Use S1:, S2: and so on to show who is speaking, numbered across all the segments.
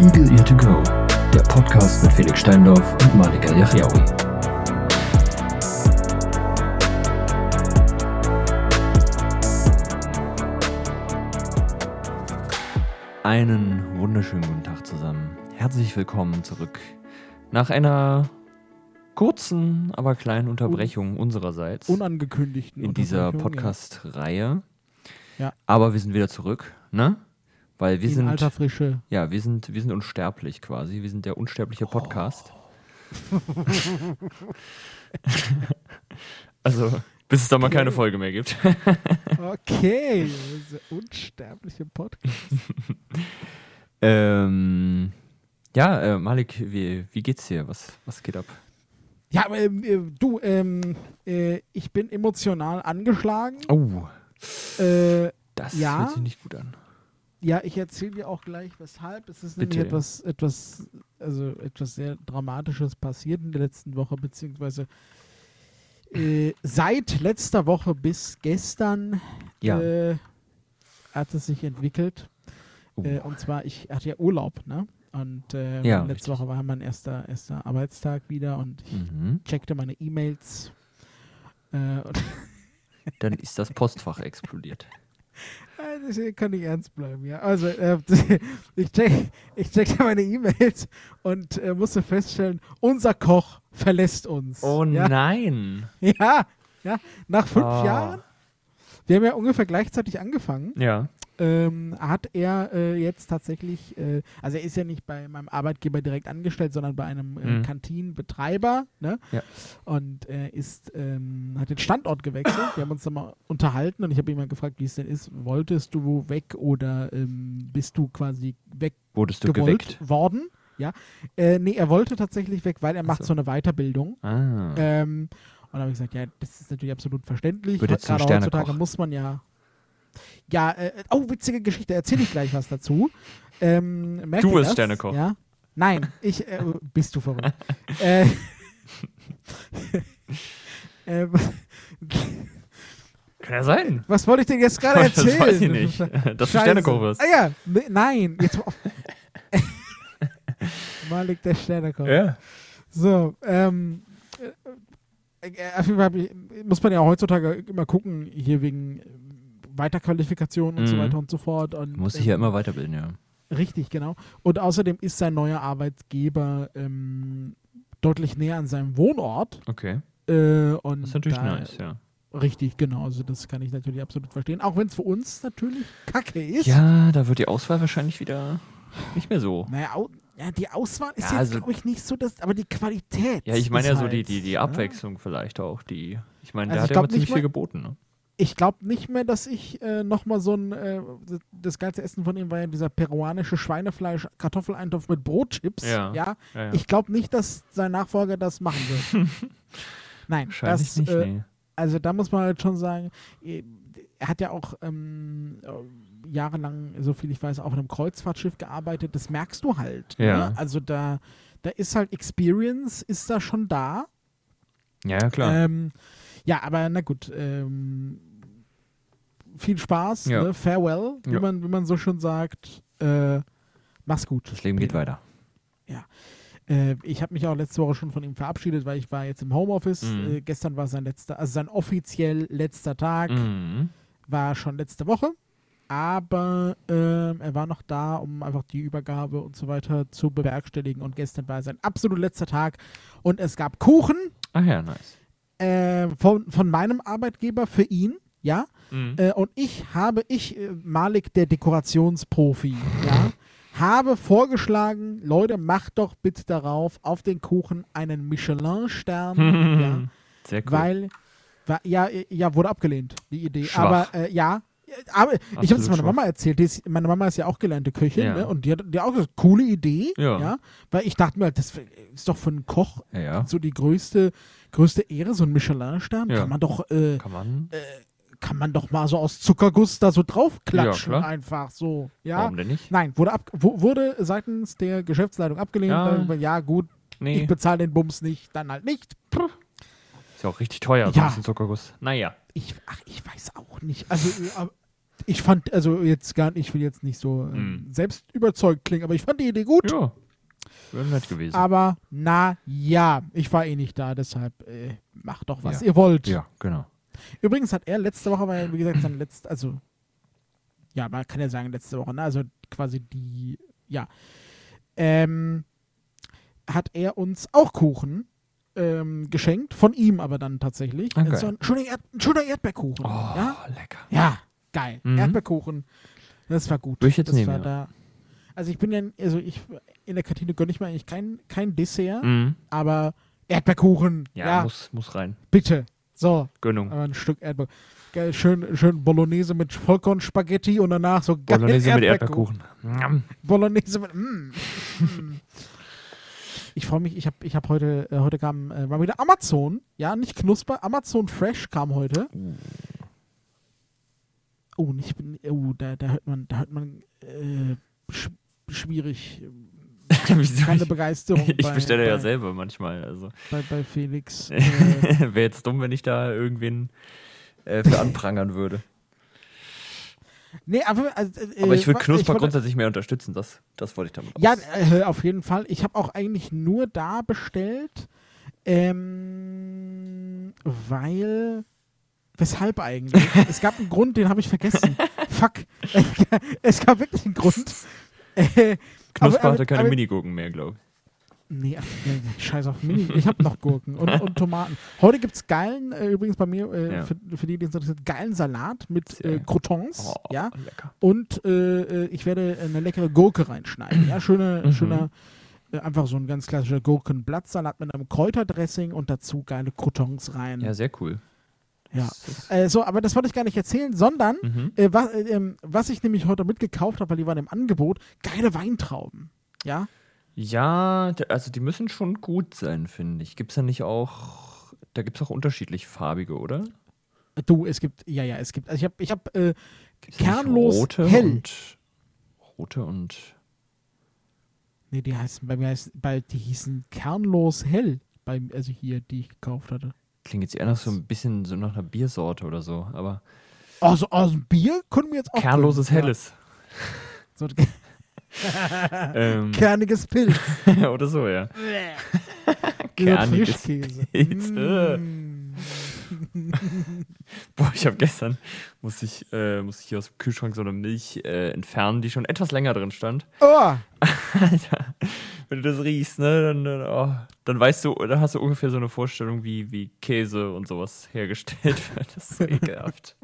S1: Eagle Ear to Go, der Podcast mit Felix Steindorf und Malika Yachiaoui. Einen wunderschönen guten Tag zusammen. Herzlich willkommen zurück. Nach einer kurzen, aber kleinen Unterbrechung unsererseits
S2: unangekündigten
S1: in dieser
S2: Unterbrechung,
S1: Podcast-Reihe.
S2: Ja.
S1: Aber wir sind wieder zurück, ne? Weil wir
S2: ja. in
S1: sind
S2: alter Frische.
S1: Ja, wir sind, wir sind unsterblich quasi. Wir sind der unsterbliche Podcast.
S2: Oh.
S1: also, bis es da mal
S2: Äh.
S1: keine Folge mehr gibt.
S2: Okay, diese unsterbliche Podcast.
S1: ähm, ja, äh, Malik, wie, wie geht's dir? Was, was geht ab?
S2: Ja, aber, ähm, äh, du, ähm, äh, ich bin emotional angeschlagen.
S1: Oh,
S2: Äh,
S1: das
S2: Ja?
S1: hört sich nicht gut an.
S2: ja, ich erzähle dir auch gleich, weshalb. Es ist nämlich
S1: Bitte.
S2: etwas, etwas, also etwas sehr Dramatisches passiert in der letzten Woche, beziehungsweise äh, seit letzter Woche bis gestern
S1: Ja.
S2: äh, hat es sich entwickelt.
S1: oh.
S2: Äh, und zwar, ich hatte ja Urlaub, ne? Und äh,
S1: Ja,
S2: letzte Woche war mein erster, erster Arbeitstag wieder und ich
S1: mhm.
S2: checkte meine E-Mails. Äh, und
S1: Dann ist das Postfach explodiert.
S2: Also, hier kann ich ernst bleiben, ja. Also, äh, ich, check, ich checkte meine E-Mails und äh, musste feststellen, unser Koch verlässt uns.
S1: Oh
S2: ja,
S1: nein.
S2: ja, ja. Nach fünf
S1: Ah.
S2: Jahren, wir haben ja ungefähr gleichzeitig angefangen.
S1: Ja.
S2: ähm, hat er äh, jetzt tatsächlich, äh, also er ist ja nicht bei meinem Arbeitgeber direkt angestellt, sondern bei einem äh,
S1: Mhm.
S2: Kantinenbetreiber ne?
S1: Ja.
S2: und äh, ist, ähm, hat den Standort gewechselt. Wir haben uns dann mal unterhalten und ich habe ihn mal gefragt, wie es denn ist. Wolltest du weg oder ähm, bist du quasi
S1: Wurdest du
S2: weggewollt
S1: geweckt?
S2: worden? Ja. Äh, nee, er wollte tatsächlich weg, weil er macht
S1: so.
S2: so eine Weiterbildung.
S1: Ah.
S2: Ähm, und da habe ich gesagt, ja, das ist natürlich absolut verständlich.
S1: Wird jetzt zum
S2: Gerade heutzutage
S1: Sternekoch.
S2: muss man ja. Ja, äh, oh, witzige Geschichte, erzähle ich gleich was dazu. Ähm, merkt
S1: Du
S2: ihr
S1: wirst
S2: das?
S1: Sternekoch.
S2: Ja? Nein, ich. Äh, bist du verrückt? äh, ähm,
S1: Kann ja sein.
S2: was wollte ich denn jetzt gerade
S1: Das
S2: erzählen?
S1: weiß ich nicht. Dass du
S2: Scheiße.
S1: Sternekoch wirst.
S2: Ah ja, ne, nein. Jetzt mal auf. Malik der Sternekoch.
S1: Äh,
S2: So, ähm, äh, äh, auf jeden Fall hab ich- muss man ja heutzutage immer gucken, hier wegen äh, Weiterqualifikation und so
S1: Mhm.
S2: weiter und so fort. Und,
S1: Muss
S2: ähm,
S1: ich ja immer weiterbilden, ja.
S2: Richtig, genau. Und außerdem ist sein neuer Arbeitgeber ähm, deutlich näher an seinem Wohnort.
S1: Okay.
S2: Äh, und
S1: Das ist natürlich
S2: da,
S1: nice, ja.
S2: Richtig, genau. Also das kann ich natürlich absolut verstehen. Auch wenn es für uns natürlich kacke ist.
S1: Ja, da wird die Auswahl wahrscheinlich wieder nicht mehr so.
S2: Naja, au ja, die Auswahl ist
S1: Ja,
S2: jetzt,
S1: also-
S2: glaube ich, nicht so, dass, aber die Qualität.
S1: Ja, ich meine
S2: ist
S1: ja so die,
S2: halt,
S1: die, die
S2: ja.
S1: Abwechslung vielleicht auch. Die, ich meine, da
S2: Also ich
S1: hat er
S2: glaub
S1: immer ziemlich
S2: nicht mal-
S1: viel geboten. Ne?
S2: Ich glaube nicht mehr, dass ich äh, nochmal so ein. Äh, das ganze Essen von ihm war ja dieser peruanische Schweinefleisch-Kartoffeleintopf mit Brotchips.
S1: Ja, Ja, ja.
S2: Ich glaube nicht, dass sein Nachfolger das machen wird. Nein,
S1: Wahrscheinlich
S2: das,
S1: nicht,
S2: äh,
S1: nee.
S2: also da muss man halt schon sagen, eh, er hat ja auch ähm, äh, jahrelang, so viel ich weiß, auch in einem Kreuzfahrtschiff gearbeitet. Das merkst du halt.
S1: Ja.
S2: Ne? Also da, da ist halt Experience, ist da schon da.
S1: Ja, ja, klar.
S2: Ähm, ja, aber na gut. Ähm, viel Spaß.
S1: Ja.
S2: Ne? Farewell, wie,
S1: Ja.
S2: man, wie man so schön sagt. Äh, mach's gut.
S1: das Leben geht weiter.
S2: Äh, ich habe mich auch letzte Woche schon von ihm verabschiedet, weil ich war jetzt im Homeoffice.
S1: Mhm.
S2: Äh, gestern war sein letzter, also sein offiziell letzter Tag
S1: Mhm.
S2: war schon letzte Woche. Aber ähm, er war noch da, um einfach die Übergabe und so weiter zu bewerkstelligen. Und gestern war sein absolut letzter Tag. Und es gab Kuchen
S1: Ach ja, nice.
S2: äh, von, von meinem Arbeitgeber für ihn, ja.
S1: Mhm.
S2: Äh, und ich habe, ich, äh, Malik, der Dekorationsprofi, ja, habe vorgeschlagen, Leute, macht doch bitte darauf auf den Kuchen einen Michelin-Stern, ja,
S1: Sehr cool.
S2: weil, wa- ja, äh, ja, wurde abgelehnt, die Idee.
S1: Schwach.
S2: Aber äh, ja, äh, aber ich habe es
S1: Absolut
S2: meiner
S1: schwach.
S2: Mama erzählt, die ist, meine Mama ist ja auch gelernte Köchin
S1: Ja.
S2: ne, und die hat, die hat auch gesagt, coole Idee,
S1: Ja.
S2: ja. weil ich dachte mir, halt, das ist doch für einen Koch
S1: ja, ja.
S2: so die größte, größte Ehre, so ein Michelin-Stern,
S1: Ja.
S2: kann man doch, äh,
S1: Kann man.
S2: kann man doch mal so aus Zuckerguss da so draufklatschen,
S1: Ja, klar.
S2: einfach so. Ja.
S1: Warum denn nicht?
S2: Nein, wurde, ab, wu- wurde seitens der Geschäftsleitung abgelehnt.
S1: Ja.
S2: Ja, ja gut,
S1: Nee.
S2: ich bezahle den Bums nicht, dann halt nicht.
S1: Ist ja auch richtig teuer, so
S2: Ja.
S1: ein bisschen Zuckerguss. Naja.
S2: Ich, ach, ich weiß auch nicht. Also, äh, aber- ich fand, also jetzt gar nicht, ich will jetzt nicht so äh,
S1: Mm.
S2: selbst überzeugt klingen, aber ich fand die Idee gut.
S1: Ja, wäre nett gewesen.
S2: Aber na ja, ich war eh nicht da, deshalb äh, macht doch was
S1: Ja.
S2: ihr wollt.
S1: ja, genau.
S2: Übrigens hat er letzte Woche, war ja, wie gesagt, sein letztes, also ja, man kann ja sagen letzte Woche, ne? also quasi die, ja, ähm, hat er uns auch Kuchen ähm, geschenkt, von ihm aber dann tatsächlich.
S1: Ah, geil.
S2: So ein schöner, Erd ein schöner Erdbeerkuchen.
S1: Oh,
S2: Ja?
S1: lecker.
S2: ja, geil.
S1: Mhm.
S2: Erdbeerkuchen, das war gut.
S1: Würde ich jetzt
S2: das
S1: nehmen,
S2: war
S1: ja.
S2: da, also ich bin ja, also ich, in der Kantine gönne ich mir eigentlich kein, kein Dessert,
S1: Mhm.
S2: aber Erdbeerkuchen,
S1: Ja,
S2: ja, Äh,
S1: Muss, muss rein.
S2: bitte. So,
S1: Gönnung.
S2: aber ein Stück Erdbeer. Geil, schön, schön Bolognese mit Vollkornspaghetti und danach so geil
S1: Bolognese mit Erdbeerkuchen. Njam.
S2: Bolognese mit. Mm. Mm. ich freue mich, ich habe ich hab heute, äh, heute kam äh, mal wieder Amazon, ja, nicht Knusper, Amazon Fresh kam heute. Oh, nicht, oh, da, da hört man, da hört man äh, sch schwierig,
S1: Wieso?
S2: keine Begeisterung.
S1: Ich
S2: bei,
S1: bestelle
S2: bei,
S1: ja selber manchmal. Also
S2: Bei, bei Felix. Äh,
S1: wäre jetzt dumm, wenn ich da irgendwen äh, für anprangern würde.
S2: nee, aber. Also, äh,
S1: Aber ich würde
S2: wa-
S1: Knusper
S2: wollte-
S1: grundsätzlich mehr unterstützen. Das, das wollte ich damit
S2: Ja,
S1: aus-
S2: äh, auf jeden Fall. Ich habe auch eigentlich nur da bestellt, ähm, weil. Weshalb eigentlich? es gab einen Grund, den habe ich vergessen. Fuck. es gab wirklich einen Grund. Äh,
S1: Knusper
S2: aber-
S1: hatte keine
S2: aber-
S1: Minigurken mehr, glaube ich.
S2: nee, ach, nee, nee, scheiß auf Mini. Ich habe noch Gurken und, und Tomaten. Heute gibt es geilen, äh, übrigens bei mir, äh,
S1: Ja.
S2: für, für die, die es interessiert, geilen Salat mit
S1: Sehr.
S2: äh, Croutons.
S1: Oh,
S2: Ja.
S1: lecker.
S2: Und äh, äh, ich werde eine leckere Gurke reinschneiden. Ja, schöne,
S1: Mhm.
S2: schöner, äh, einfach so ein ganz klassischer Gurkenblattsalat mit einem Kräuterdressing und dazu geile Croutons rein.
S1: Ja, sehr cool.
S2: Ja.
S1: Das ist-
S2: Äh, so, aber das wollte ich gar nicht erzählen, sondern
S1: Mhm.
S2: äh, was, äh, ähm, was ich nämlich heute mitgekauft habe, weil die waren im Angebot, geile Weintrauben. Ja,
S1: Ja, d- also die müssen schon gut sein, finde ich. Gibt es da nicht auch, da gibt es auch unterschiedlich farbige, oder?
S2: du, es gibt, ja, ja, es gibt. Also ich habe, ich habe, äh,
S1: Gibt's da nicht
S2: Kernlos
S1: rote
S2: hell.
S1: Und, rote und,
S2: nee, die heißen, bei mir heißen, bei, die hießen kernlos hell, bei, also hier, die ich gekauft hatte.
S1: klingt jetzt eher nach so ein bisschen so nach einer Biersorte oder so, aber
S2: Also aus dem Bier können wir jetzt auch.
S1: kernloses
S2: gönnen.
S1: Helles.
S2: Ja, so, Ah.
S1: Ähm,
S2: kerniges Pilz.
S1: oder so, ja.
S2: Dieser
S1: Kerniges
S2: Frischkäse.
S1: Pilz, äh.
S2: Mm.
S1: Boah, ich habe gestern, musste ich, äh, musste ich hier aus dem Kühlschrank so eine Milch äh, entfernen, die schon etwas länger drin stand.
S2: Oh,
S1: Alter, wenn du das riechst, ne, dann, dann, oh, dann weißt du, dann hast du ungefähr so eine Vorstellung, wie, wie Käse und sowas hergestellt wird. Das ist so ekelhaft.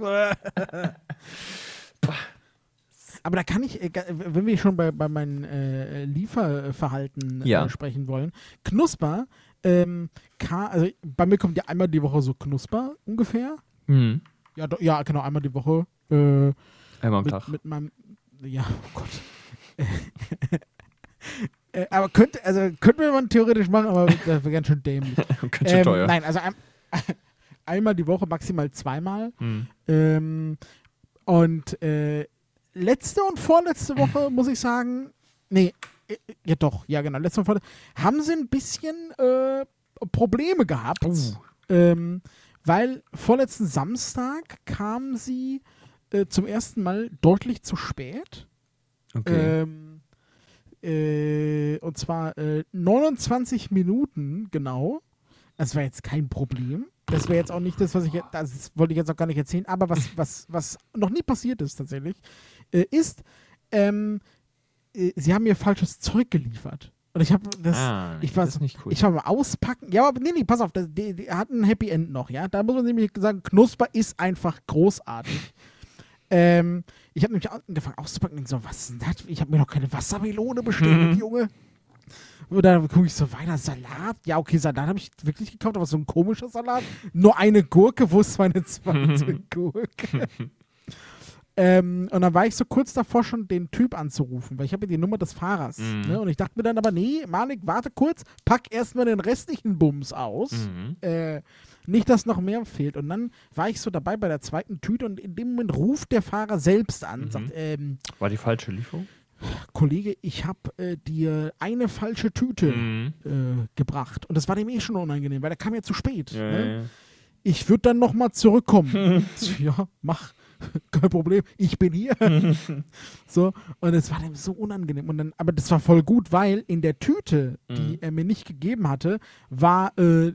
S2: aber da kann ich, äh, ga- wenn wir schon bei, bei meinem äh, Lieferverhalten
S1: Ja.
S2: äh, sprechen wollen, Knusper, ähm, ka- also bei mir kommt ja einmal die Woche so Knusper ungefähr.
S1: Hm.
S2: Ja, do, ja genau, einmal die Woche. Äh,
S1: Einmal am
S2: mit,
S1: Tag.
S2: mit meinem. Ja, oh Gott. äh, aber könnte, also könnte man theoretisch machen, aber das wäre ganz schön dämlich.
S1: Ganz schön
S2: Ähm,
S1: teuer.
S2: Nein, also ein, einmal die Woche, maximal zweimal.
S1: Hm.
S2: Ähm, und äh, letzte und vorletzte Woche, muss ich sagen, nee, äh, ja doch, ja genau, letzte und vorletzte, haben sie ein bisschen äh, Probleme gehabt. Ähm, weil vorletzten Samstag kam sie äh, zum ersten Mal deutlich zu spät.
S1: Okay.
S2: Ähm, äh, und zwar äh, 29 Minuten genau. Das war jetzt kein Problem. Das wäre jetzt auch nicht das, was ich jetzt, das wollte ich jetzt auch gar nicht erzählen, aber was, was, was noch nie passiert ist tatsächlich, äh, ist, ähm, äh, sie haben mir falsches Zeug geliefert. Und ich habe das,
S1: ah,
S2: ich
S1: das
S2: weiß-
S1: ist nicht cool.
S2: ich habe auspacken. Ja, aber nee, nee, pass auf, das, die, die hat ein Happy End noch, ja. Da muss man nämlich sagen, Knusper ist einfach großartig. ähm, ich habe nämlich angefangen auszupacken und denk so, was ist denn das? Ich habe mir noch keine Wassermelone bestellt,
S1: Mhm.
S2: Junge. Und dann gucke ich so weiter, Salat. Ja, okay, Salat habe ich wirklich gekauft, aber so ein komischer Salat. Nur eine Gurke, wo ist meine zweite Gurke? ähm, und dann war ich so kurz davor, schon den Typ anzurufen, weil ich habe ja die Nummer des Fahrers.
S1: Mhm.
S2: Ne? Und ich dachte mir dann aber, nee, Malik, warte kurz, pack erstmal den restlichen Bums aus.
S1: mhm.
S2: Äh, nicht, dass noch mehr fehlt. Und dann war ich so dabei bei der zweiten Tüte und in dem Moment ruft der Fahrer selbst an,
S1: Mhm.
S2: sagt, ähm,
S1: War die falsche Lieferung?
S2: Kollege, ich habe äh, dir eine falsche Tüte
S1: Mhm.
S2: äh, gebracht. Und das war dem eh schon unangenehm, weil der kam ja zu spät.
S1: Ja,
S2: ne?
S1: ja, ja.
S2: Ich würde dann nochmal zurückkommen. ja, mach. kein Problem, ich bin hier. so, und es war dem so unangenehm. Und dann, aber das war voll gut, weil in der Tüte, die
S1: Mhm.
S2: er mir nicht gegeben hatte, war äh,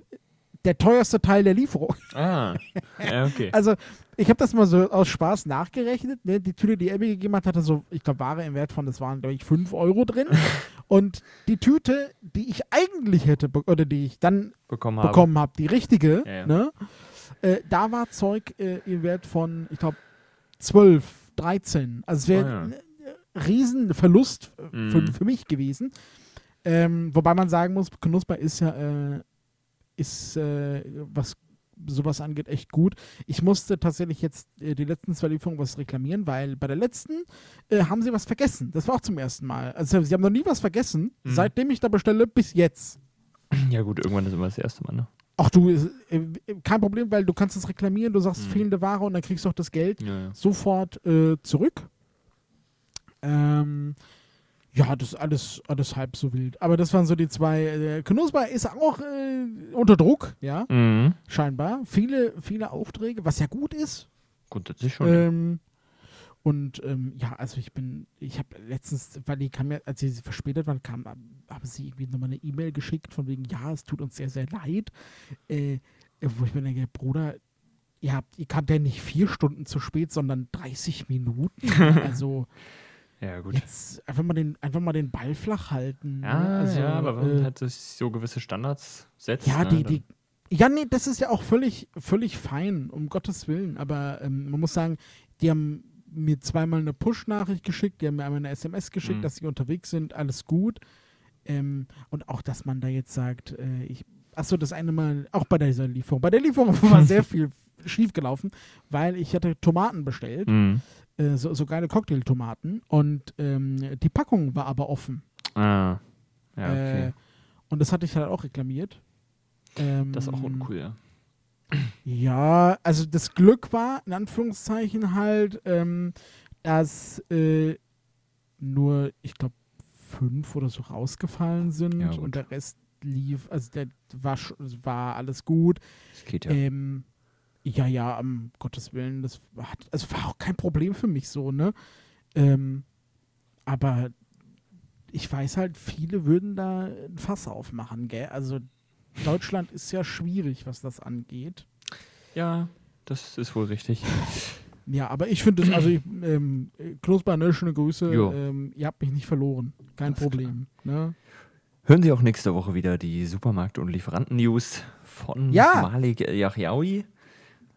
S2: der teuerste Teil der Lieferung.
S1: Ah, ja, okay.
S2: Also, ich habe das mal so aus Spaß nachgerechnet. Ne? Die Tüte, die Abby gegeben hat, hatte so, ich glaube, Ware im Wert von, das waren, glaube ich, 5 Euro drin. Und die Tüte, die ich eigentlich hätte, be- oder die ich dann
S1: Bekommen habe.
S2: bekommen habe, die richtige,
S1: Ja, ja.
S2: Ne? Äh, da war Zeug äh, im Wert von, ich glaube, 12, 13. Also es wäre
S1: Ah, ja.
S2: ein äh, Riesenverlust äh, für,
S1: Mhm.
S2: für mich gewesen. Ähm, wobei man sagen muss, Knusper ist ja, äh, ist, äh, was sowas angeht, echt gut. Ich musste tatsächlich jetzt äh, die letzten zwei Lieferungen was reklamieren, weil bei der letzten äh, haben sie was vergessen. Das war auch zum ersten Mal. Also sie haben noch nie was vergessen,
S1: Mhm.
S2: seitdem ich da bestelle, bis jetzt.
S1: Ja, gut, irgendwann ist immer das erste Mal, ne?
S2: Ach du, ist, äh, kein Problem, weil du kannst es reklamieren, du sagst
S1: Mhm.
S2: fehlende Ware und dann kriegst du auch das Geld
S1: Ja, ja.
S2: sofort äh, zurück. Ähm, ja, das ist alles, alles halb so wild. Aber das waren so die zwei. Äh, Knusper ist auch äh, unter Druck, ja,
S1: Mhm.
S2: scheinbar. Viele, viele Aufträge, was ja gut ist.
S1: Grundsätzlich schon.
S2: Ähm, und ähm, ja, also ich bin, ich habe letztens, weil die kam ja, als sie verspätet waren, kam, haben sie irgendwie nochmal eine E-Mail geschickt von wegen, ja, es tut uns sehr, sehr leid. Äh, wo ich mir denke, Bruder, ihr, habt, ihr kamt ja nicht vier Stunden zu spät, sondern 30 Minuten. also
S1: ja, gut.
S2: jetzt einfach mal den, einfach mal den Ball flach halten. ne?
S1: Ja, Ah,
S2: also,
S1: ja, aber wenn man
S2: äh,
S1: halt sich so gewisse Standards setzt.
S2: ja,
S1: ne,
S2: die,
S1: dann-
S2: die. Ja, nee, das ist ja auch völlig, völlig fein, um Gottes Willen. Aber ähm, man muss sagen, die haben mir zweimal eine Push-Nachricht geschickt, die haben mir einmal eine SMS geschickt,
S1: Mhm.
S2: dass sie unterwegs sind, alles gut. Ähm, und auch, dass man da jetzt sagt, äh, ich. Achso, das eine Mal, auch bei dieser Lieferung. Bei der Lieferung war sehr viel schiefgelaufen, weil ich hatte Tomaten bestellt,
S1: Mhm.
S2: äh, so, so geile Cocktailtomaten, und ähm, die Packung war aber offen.
S1: Ah. Ja, okay.
S2: äh, und das hatte ich halt auch reklamiert. Ähm,
S1: das ist auch uncool, ja.
S2: Ja, also das Glück war, in Anführungszeichen halt, ähm, dass äh, nur, ich glaube, fünf oder so rausgefallen sind
S1: Ja, gut.
S2: und der Rest lief, also der war, sch- war alles gut.
S1: Das geht
S2: Ja. Ähm, ja, ja, um Gottes Willen, das war, also war auch kein Problem für mich so, ne? Ähm, aber ich weiß halt, viele würden da ein Fass aufmachen, gell? Also Deutschland ist ja schwierig, was das angeht.
S1: Ja, das ist wohl richtig.
S2: Ja, aber ich finde es, also ich, ähm, Knusper, ne, schöne Grüße.
S1: Jo.
S2: Ähm, ihr habt mich nicht verloren. Kein
S1: Alles
S2: Problem. Ne?
S1: Hören Sie auch nächste Woche wieder die Supermarkt- und Lieferanten-News von
S2: Ja.
S1: Malik Yahyaoui.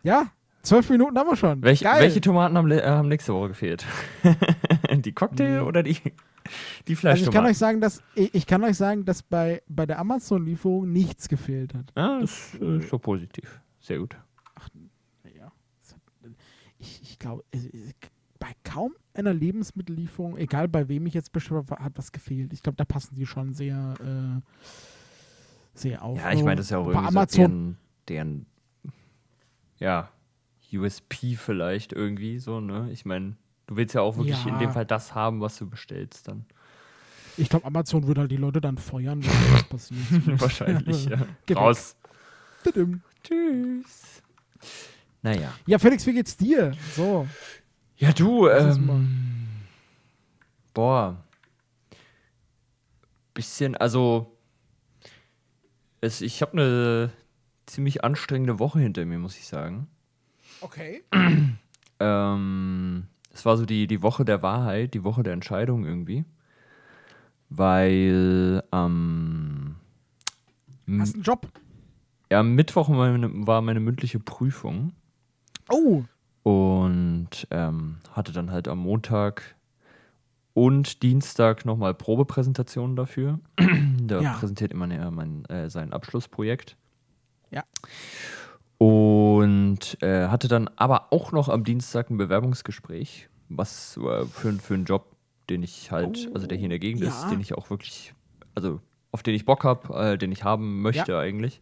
S2: Ja, zwölf Minuten haben wir schon.
S1: Welch,
S2: Geil.
S1: welche Tomaten haben, le- äh, haben nächste Woche gefehlt? die Cocktail
S2: Nee.
S1: oder die, die
S2: also ich kann
S1: Fleischtomaten?
S2: euch sagen, dass ich, ich kann euch sagen, dass bei, bei der Amazon-Lieferung nichts gefehlt hat.
S1: ah, das äh, ist so positiv. Sehr gut.
S2: Ja. Ich, ich glaube, es- es- bei kaum einer Lebensmittellieferung, egal bei wem ich jetzt bestelle, wa- hat was gefehlt. Ich glaube, da passen die schon sehr, äh, sehr auf.
S1: Ja, ich meine, das ist ja auch
S2: bei
S1: irgendwie
S2: Amazon.
S1: So deren, deren, ja, USP vielleicht irgendwie so, ne? Ich meine, du willst ja auch wirklich
S2: Ja.
S1: in dem Fall das haben, was du bestellst dann.
S2: ich glaube, Amazon würde halt die Leute dann feuern, wenn das passiert.
S1: Wahrscheinlich, ja.
S2: Geh weg.
S1: Raus.
S2: Tudum.
S1: Tschüss. Naja.
S2: Ja, Felix, wie geht's dir? So,
S1: Ja, du,
S2: lass uns
S1: ähm, Boah. Bisschen, also es, ich habe eine ziemlich anstrengende Woche hinter mir, muss ich sagen.
S2: Okay.
S1: Ähm, es war so die, die Woche der Wahrheit, die Woche der Entscheidung irgendwie. Weil am,
S2: Hast einen Job?
S1: ja, am Mittwoch war meine, war meine mündliche Prüfung.
S2: Oh,
S1: und ähm, hatte dann halt am Montag und Dienstag nochmal Probepräsentationen dafür. da
S2: Ja.
S1: präsentiert immer näher mein, äh, sein Abschlussprojekt.
S2: Ja.
S1: Und äh, hatte dann aber auch noch am Dienstag ein Bewerbungsgespräch, was äh, für, für einen Job, den ich halt, also der hier in der Gegend
S2: Oh, ja.
S1: ist, den ich auch wirklich, also auf den ich Bock habe, äh, den ich haben möchte eigentlich.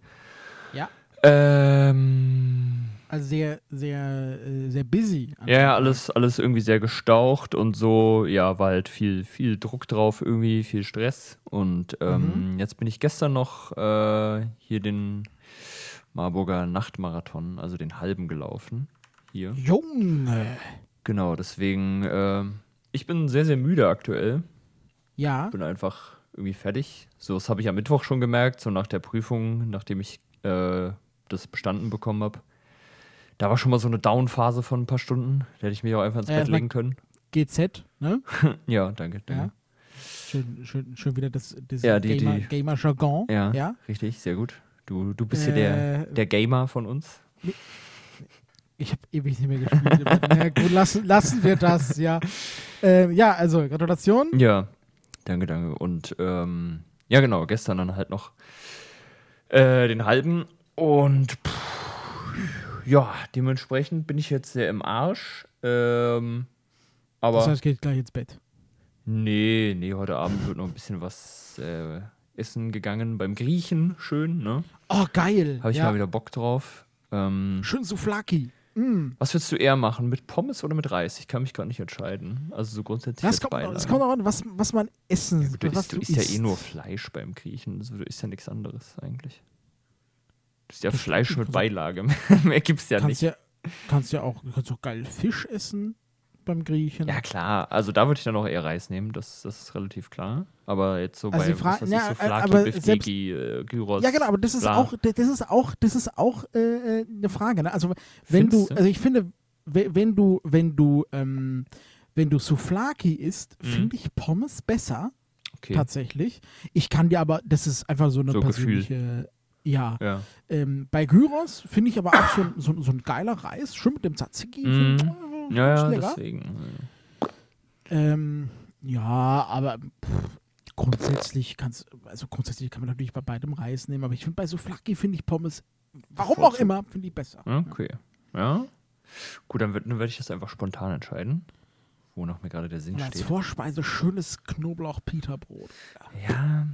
S2: ja.
S1: Ähm,
S2: Also sehr, sehr, äh, sehr busy.
S1: Ja, ja, alles, alles irgendwie sehr gestaucht und so. Ja, war halt viel, viel Druck drauf, irgendwie viel Stress. Und ähm, jetzt bin ich gestern noch äh, hier den Marburger Nachtmarathon, also den halben gelaufen. hier.
S2: Junge.
S1: Genau, deswegen, äh, ich bin sehr, sehr müde aktuell.
S2: Ja.
S1: Bin einfach irgendwie fertig. So, das habe ich am Mittwoch schon gemerkt, so nach der Prüfung, nachdem ich äh, das bestanden bekommen habe. Da war schon mal so eine Down-Phase von ein paar Stunden. Da hätte ich mich auch einfach ins
S2: Ja,
S1: Bett
S2: na-
S1: legen können.
S2: GZ, ne?
S1: Ja, danke, danke.
S2: Schön, schön, schön wieder das, das
S1: Ja, die-
S2: Gamer-
S1: die-
S2: Gamer-Jargon.
S1: Ja,
S2: ja.
S1: richtig, sehr gut. Du, du bist hier der,
S2: Äh,
S1: der Gamer von uns.
S2: Ich habe ewig nicht mehr gespielt. Na gut, lassen, lassen wir das, ja. Ähm, ja, also Gratulation.
S1: Ja, danke, danke. Und ähm, ja, genau, gestern dann halt noch äh, den halben. Und pff, ja, dementsprechend bin ich jetzt sehr im Arsch. Ähm, aber
S2: Das heißt, geht gleich ins Bett.
S1: nee, nee, heute Abend wird noch ein bisschen was äh, essen gegangen beim Griechen. Schön, ne?
S2: Oh, geil.
S1: Habe ich
S2: ja.
S1: mal wieder Bock drauf. Ähm,
S2: Schön Souflaki. Mm.
S1: was würdest du eher machen, mit Pommes oder mit Reis? Ich kann mich gerade nicht entscheiden. Also so grundsätzlich
S2: Das
S1: als
S2: kommt,
S1: Beilage.
S2: das kommt auch an, was, was man essen
S1: Du
S2: was
S1: isst, du isst ja eh nur Fleisch beim Griechen. Also du isst ja nichts anderes eigentlich. Du isst ja Fleisch mit Beilage. Mehr gibt's ja
S2: kannst
S1: nicht.
S2: ja, kannst ja auch, kannst auch geil Fisch essen beim Griechen.
S1: Ja, klar. Also da würde ich dann auch eher Reis nehmen. Das, das ist relativ klar. Aber jetzt so
S2: Also die
S1: bei
S2: Fra-
S1: was weiß ich,
S2: ja,
S1: so
S2: äh,
S1: Flaki,
S2: aber
S1: Biff,
S2: selbst-
S1: Digi, äh, Gyros.
S2: Ja, genau, aber das ist
S1: bla.
S2: auch, das ist auch, das ist auch äh, äh, eine Frage. Ne? Also wenn du,
S1: Findste?
S2: also ich finde, we- wenn du, wenn du, ähm, wenn du Souflaki isst,
S1: Mhm.
S2: finde ich Pommes besser
S1: Okay.
S2: tatsächlich. Ich kann dir aber, das ist einfach so eine
S1: So Gefühl.
S2: persönliche, ja.
S1: Ja.
S2: Ähm, bei Gyros finde ich aber auch so, ein- so, ein- so ein geiler Reis, schön mit dem Tzatziki.
S1: Mhm.
S2: find ich, äh,
S1: Ja,
S2: ist
S1: ja,
S2: lecker.
S1: deswegen.
S2: Ähm, ja, aber pff, grundsätzlich kannst also grundsätzlich kann man natürlich bei beidem Reis nehmen, aber ich finde bei so Flaki finde ich Pommes, warum auch
S1: Vorzug.
S2: immer, finde ich besser.
S1: Ja, Okay. Ja. Gut, dann, wird- dann werde ich das einfach spontan entscheiden. Wonach mir gerade der Sinn
S2: Und als
S1: steht.
S2: Vorspeise schönes Knoblauch-Peterbrot.
S1: Ja.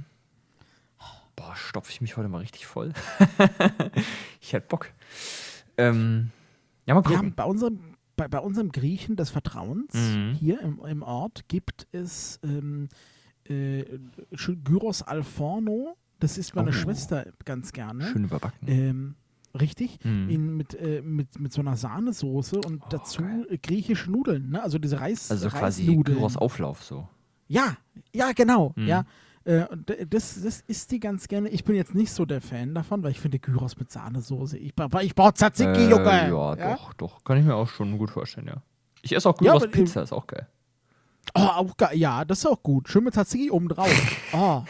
S1: Boah, stopfe ich mich heute mal richtig voll. ich hätte Bock. Ähm, ja, mal
S2: Wir haben
S1: gucken.
S2: bei unserem, bei, bei unserem Griechen des Vertrauens
S1: Mhm.
S2: hier im, im Ort gibt es ähm, äh, Sch- Gyros Alforno. Das isst meine
S1: Oh.
S2: Schwester ganz gerne.
S1: Schön überbacken.
S2: Ähm, richtig.
S1: Mhm.
S2: In, mit, äh, mit, mit so einer Sahnesoße und
S1: Oh,
S2: dazu
S1: geil.
S2: äh, griechische Nudeln, ne? Also diese Reis,
S1: also quasi
S2: Reisnudeln.
S1: Gyros Auflauf so.
S2: Ja, ja, genau.
S1: Mhm.
S2: Ja. Äh, und d- das, das isst die ganz gerne. Ich bin jetzt nicht so der Fan davon, weil ich finde Gyros mit Sahnesoße. Ich, bra- ich brauche Tzatziki,
S1: Äh,
S2: Junge.
S1: ja, doch, doch. Kann ich mir auch schon gut vorstellen, ja. Ich esse auch
S2: Ja,
S1: Gyros
S2: aber die-
S1: Pizza, ist auch geil.
S2: Oh, auch geil. Ja, das ist auch gut. Schön mit Tzatziki oben drauf. Oh,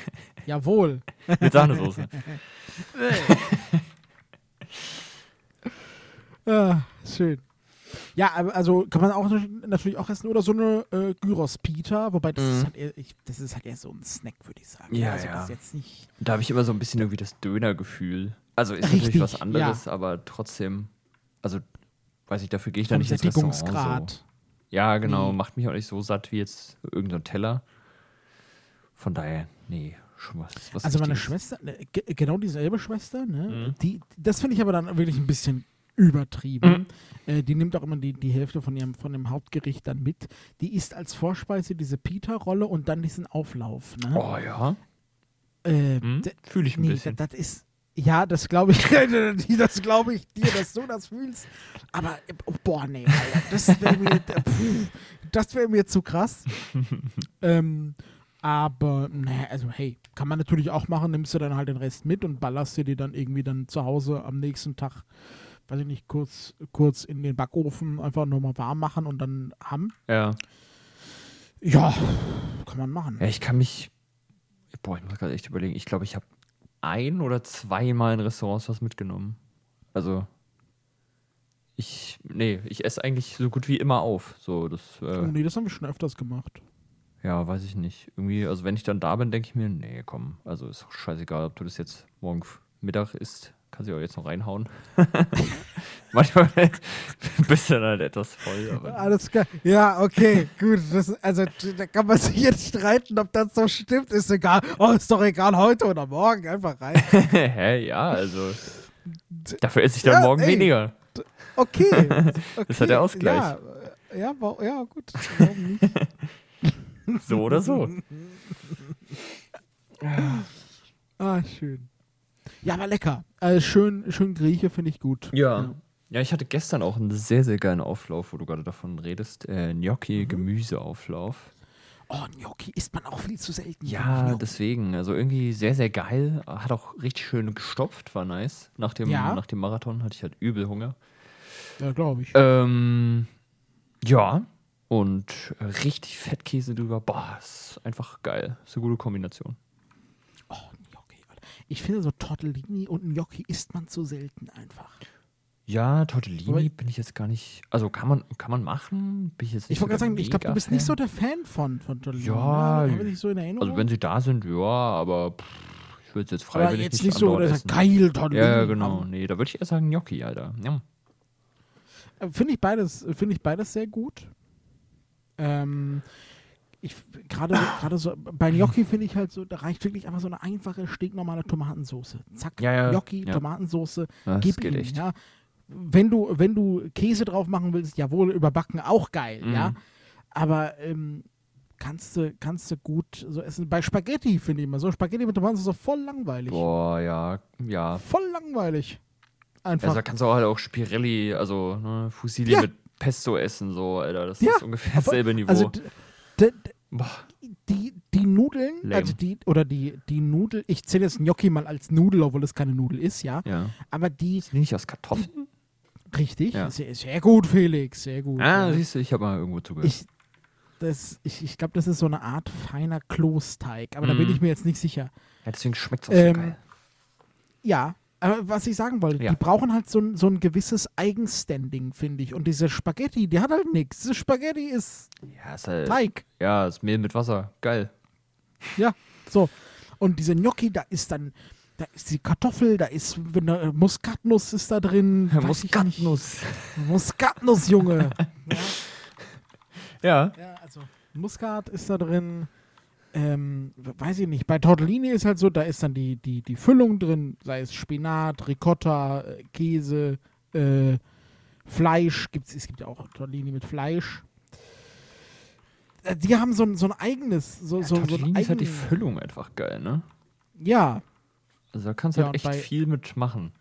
S2: jawohl.
S1: Mit Sahnesoße.
S2: Ah, schön. Ja, aber also kann man auch nat- natürlich auch essen oder so eine äh, Gyros Pita, wobei das,
S1: Mhm.
S2: ist halt eher, ich, das ist halt eher so ein Snack, würde ich sagen.
S1: Ja,
S2: also
S1: ja.
S2: das ist jetzt nicht.
S1: da habe ich immer so ein bisschen irgendwie das Dönergefühl. Also ist
S2: Richtig,
S1: natürlich was anderes, aber trotzdem, also weiß ich, dafür gehe ich da
S2: vom
S1: nicht ins Restaurant. So.
S2: Sättigungsgrad.
S1: Ja, genau.
S2: Nee.
S1: Macht mich auch nicht so satt wie jetzt irgendein Teller. Von daher, nee, schon was. was
S2: Also meine
S1: Richtiges.
S2: Schwester, ne, ge- genau dieselbe Schwester,
S1: Mhm.
S2: ne? Die, das finde ich aber dann wirklich ein bisschen übertrieben.
S1: Mhm.
S2: Äh, die nimmt auch immer die, die Hälfte von ihrem von dem Hauptgericht dann mit. Die isst als Vorspeise diese Pita-Rolle und dann diesen Auflauf. Ne?
S1: Oh ja.
S2: Äh,
S1: Hm?
S2: d-
S1: Fühle ich ein
S2: nee,
S1: bisschen.
S2: Das, das ist. Ja, das glaube ich, das glaube ich dir, dass du das fühlst. Aber äh, oh, boah, nee, Alter, das wäre mir, d- puh, das wär mir zu krass. ähm, aber naja, also hey, kann man natürlich auch machen, nimmst du dann halt den Rest mit und ballerst dir die dann irgendwie dann zu Hause am nächsten Tag, weiß ich nicht, kurz, kurz in den Backofen einfach nochmal warm machen und dann haben.
S1: ja.
S2: Ja, kann man machen.
S1: ja, ich kann mich. Boah, ich muss gerade echt überlegen. Ich glaube, ich habe ein oder zweimal in Restaurants was mitgenommen. Also. Ich, nee, ich esse eigentlich so gut wie immer auf. So, das,
S2: Oh,
S1: äh,
S2: nee, das haben wir schon öfters gemacht.
S1: ja, weiß ich nicht. Irgendwie, also wenn ich dann da bin, denke ich mir, nee, komm, also ist doch scheißegal, ob du das jetzt morgen f- Mittag isst, kannst du auch jetzt noch reinhauen. Manchmal bist du dann halt etwas voll, aber
S2: Alles klar. Ja, okay, gut. Das, also t- da kann man sich jetzt streiten, ob das so stimmt. Ist egal. Oh, ist doch egal, heute oder morgen. Einfach rein.
S1: hä, ja, also dafür esse ich dann
S2: Ja,
S1: morgen
S2: ey.
S1: weniger.
S2: Okay.
S1: ist halt der Ausgleich.
S2: Ja, äh, ja, wa- ja gut. Warum nicht?
S1: So oder so.
S2: ah, schön. Ja, aber lecker. Also schön, schön Äh, Grieche finde ich gut.
S1: Ja. Ja, ich hatte gestern auch einen sehr, sehr geilen Auflauf, wo du gerade davon redest. Äh, Gnocchi-Gemüseauflauf.
S2: Oh, Gnocchi isst man auch viel zu selten.
S1: Ja,
S2: Gnocchi.
S1: deswegen. Also irgendwie sehr, sehr geil. Hat auch richtig schön gestopft, war nice. Nach dem,
S2: Ja.
S1: nach dem Marathon hatte ich halt übel Hunger.
S2: ja glaube ich.
S1: Ähm, ja. Und äh, richtig Fettkäse drüber. Boah, ist einfach geil. Ist eine gute Kombination.
S2: Oh, Gnocchi, Alter. Ich finde so Tortellini und Gnocchi isst man zu selten einfach.
S1: Ja,
S2: Aber-
S1: Tortellini bin ich jetzt gar nicht. Also kann man, kann man machen. Bin ich jetzt nicht
S2: Ich wollte gerade
S1: so der
S2: sagen, ich glaube, du bist nicht so
S1: Mega-Fan.
S2: der Fan von, von Tortellini.
S1: Ja,
S2: ne? Hab ich nicht so in Erinnerung.
S1: Also wenn sie da sind, ja, aber pff, ich würde es jetzt
S2: aber
S1: freiwillig
S2: jetzt nicht so,
S1: andauernd
S2: oder
S1: essen.
S2: geil Tortellini.
S1: Ja, ja, genau. Nee, da würde ich eher sagen Gnocchi, Alter. Ja.
S2: Äh, Finde ich beides, finde ich beides sehr gut. Ähm, ich gerade gerade so bei Gnocchi finde ich halt so, da reicht wirklich einfach so eine einfache stinknormale Tomatensoße. Zack,
S1: Ja, ja,
S2: Gnocchi,
S1: ja.
S2: Tomatensoße,
S1: Das
S2: gib
S1: geht
S2: ihm,
S1: echt.
S2: ja. Wenn du wenn du Käse drauf machen willst, jawohl, überbacken auch geil,
S1: Mhm.
S2: ja. Aber ähm, kannst du kannst du gut so essen. Bei Spaghetti finde ich immer so Spaghetti mit Tomatensoße voll langweilig,
S1: Boah, ja, ja.
S2: voll langweilig.
S1: Also da
S2: Einfach.
S1: kannst du auch halt auch Spirelli, also ne, Fusilli
S2: Ja.
S1: mit Pesto essen, so, Alter. Das
S2: Ja.
S1: ist ungefähr dasselbe Niveau.
S2: also d- d-
S1: Boah,
S2: die, die Nudeln,
S1: Lame.
S2: also die, oder die, die Nudel, ich zähle jetzt Gnocchi mal als Nudel, obwohl es keine Nudel ist, ja.
S1: ja.
S2: Aber die,
S1: Ist die nicht aus Kartoffeln?
S2: richtig,
S1: Ja.
S2: sehr, sehr gut, Felix, sehr gut.
S1: Ah,
S2: ja.
S1: siehst du, ich habe mal irgendwo zugehört.
S2: Hm. ich das, ich, ich glaube, das ist so eine Art feiner Klosteig, aber da bin
S1: Mhm.
S2: ich mir jetzt nicht sicher.
S1: ja, deswegen schmeckt es auch
S2: Ähm,
S1: so geil.
S2: Ja, aber was ich sagen wollte,
S1: Ja.
S2: die brauchen halt so ein, so ein gewisses Eigenstanding, finde ich. Und diese Spaghetti, die hat halt nichts. Diese Spaghetti ist
S1: Ja, ist halt,
S2: Teig.
S1: ja, ist Mehl mit Wasser. Geil.
S2: Ja, so. Und diese Gnocchi, da ist dann, da ist die Kartoffel, da ist wenn da, äh, Muskatnuss ist da drin. weiß ich nicht. Muskatnuss, Junge.
S1: Ja.
S2: ja, also Muskat ist da drin. Ähm, we- weiß ich nicht. Bei Tortellini ist halt so, da ist dann die, die, die Füllung drin, sei es Spinat, Ricotta, äh, Käse, äh, Fleisch. Gibt's, es gibt ja auch Tortellini mit Fleisch. Äh, Die haben so ein, so ein eigenes. So, so, so ein
S1: Tortellini ist halt die
S2: eigen-
S1: Füllung einfach geil, ne?
S2: ja,
S1: Also da kannst du
S2: Ja,
S1: halt
S2: und
S1: echt
S2: bei-
S1: viel mitmachen.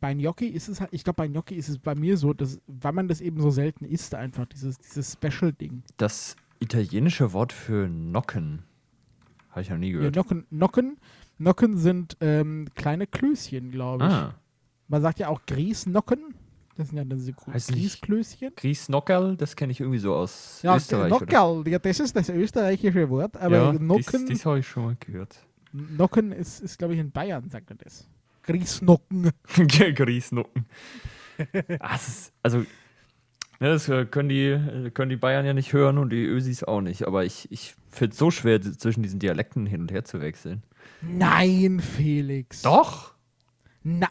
S2: bei Gnocchi ist es halt, ich glaube, bei Gnocchi ist es bei mir so, dass, weil man das eben so selten isst, einfach dieses, dieses Special-Ding.
S1: Das italienische Wort für Nocken habe ich noch nie
S2: Ja,
S1: gehört.
S2: Nocken, Nocken, Nocken sind ähm, kleine Klößchen, glaube ich.
S1: ah,
S2: Man sagt ja auch Grießnocken. Das sind ja dann diese Gru-
S1: Heißt nicht-
S2: Grießklößchen.
S1: Griesnockerl, das kenne ich irgendwie so aus
S2: Ja,
S1: Österreich. oder?
S2: Nockerl, ja, das ist das österreichische Wort, aber
S1: ja,
S2: Nocken,
S1: Das, das habe ich schon mal gehört.
S2: Nocken ist, ist glaube ich, in Bayern, sagt man das. Grießnocken.
S1: Griesnocken. Ah, das ist, also, ne, das äh, können die, äh, können die Bayern ja nicht hören und die Ösis auch nicht. Aber ich, ich finde es so schwer, z- zwischen diesen Dialekten hin und her zu wechseln.
S2: Nein, Felix.
S1: Doch!
S2: Na,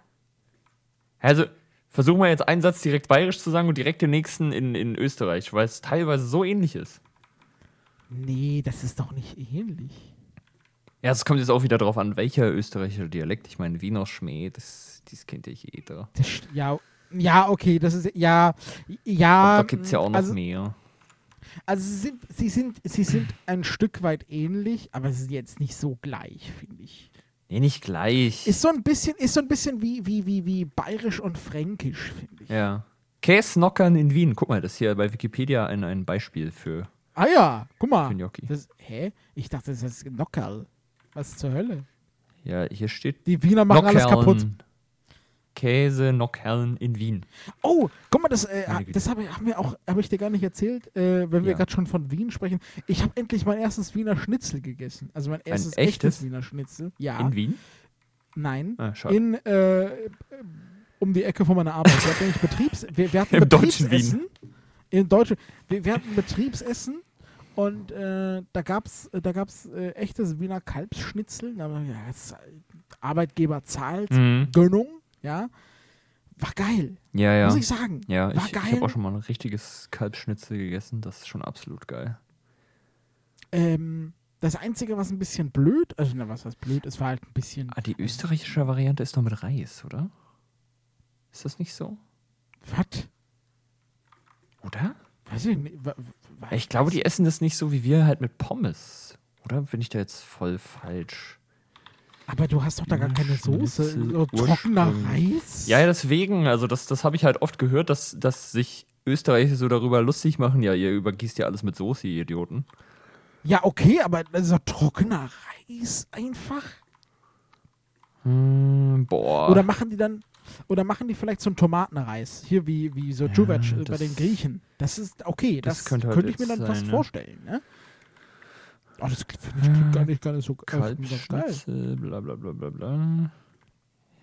S1: Also, versuchen wir jetzt einen Satz direkt bayerisch zu sagen und direkt den nächsten in, in Österreich, weil es teilweise so ähnlich ist.
S2: nee, das ist doch nicht ähnlich.
S1: Ja, es kommt jetzt auch wieder drauf an, welcher österreichische Dialekt. Ich meine, Wiener Schmäh, das, das kennt ja jeder.
S2: Das, st- ja, ja, okay, das ist ja, ja.
S1: Aber da gibt es ja auch noch
S2: also,
S1: mehr.
S2: Also sie sind, sie sind, sie sind ein Stück weit ähnlich, aber sie sind jetzt nicht so gleich, finde ich.
S1: Nee, nicht gleich.
S2: Ist so ein bisschen, ist so ein bisschen wie, wie, wie, wie bayerisch und fränkisch, finde ich.
S1: ja. Käsnockern in Wien. Guck mal, das ist hier bei Wikipedia ein, ein Beispiel für.
S2: Ah ja, guck mal.
S1: Für Gnocchi.
S2: Das, hä? Ich dachte, das ist Knockerl. Was zur Hölle?
S1: Ja, hier steht.
S2: Die Wiener machen alles kaputt.
S1: Nockerln. Käse Nockerln in Wien.
S2: Oh, guck mal, das, äh,
S1: Meine Güte.
S2: das habe hab mir auch, habe ich dir gar nicht erzählt, äh, wenn wir
S1: Ja.
S2: gerade schon von Wien sprechen. Ich habe endlich mein erstes Wiener Schnitzel gegessen. Also mein erstes echtes,
S1: echtes?
S2: Wiener Schnitzel. Ja.
S1: In Wien?
S2: Nein.
S1: Ah, schade.
S2: in äh, um die Ecke von meiner Arbeit. Wir hatten nämlich Betriebs wir, wir hatten
S1: Im deutschen
S2: Betriebsessen. Im deutschen wir, wir hatten Betriebsessen und äh, da gab es da gab's, äh, echtes Wiener Kalbsschnitzel. Da haben wir, ja, jetzt, äh, Arbeitgeber zahlt,
S1: Mhm.
S2: Gönnung, ja. War geil,
S1: Ja, ja.
S2: muss ich sagen.
S1: Ja,
S2: War
S1: ich, ich
S2: geil.
S1: habe auch schon mal ein richtiges Kalbschnitzel gegessen. Das ist schon absolut geil.
S2: ähm, das Einzige, was ein bisschen blöd, also na, was was blöd, es war halt ein bisschen
S1: Ah, die österreichische Variante ist doch mit Reis, oder? Ist das nicht so?
S2: was?
S1: Oder?
S2: Weiß ich nicht. wa- wa-
S1: Ich glaube, die essen das nicht so wie wir halt mit Pommes. Oder bin ich da jetzt voll falsch?
S2: Aber du hast doch da gar keine Soße.
S1: Schnitzel
S2: So Trockener
S1: ursprünglich.
S2: Reis?
S1: Ja, ja, deswegen, also das, das habe ich halt oft gehört, dass, dass sich Österreicher so darüber lustig machen. Ja, ihr übergießt ja alles mit Soße, ihr Idioten.
S2: Ja, okay, aber das ist doch trockener Reis einfach.
S1: Hm, boah.
S2: Oder machen die dann, oder machen die vielleicht so einen Tomatenreis? Hier wie, wie so Djuvac äh, bei
S1: das-
S2: den Griechen. Das ist okay, das,
S1: das
S2: könnte,
S1: könnte halt
S2: ich mir
S1: jetzt sein,
S2: dann fast
S1: ne? Ah.
S2: vorstellen, ne? Oh, das klingt- finde ich klingt gar nicht, gar nicht so äh, klingt doch geil.
S1: Kalbschnitzel, bla bla bla bla bla.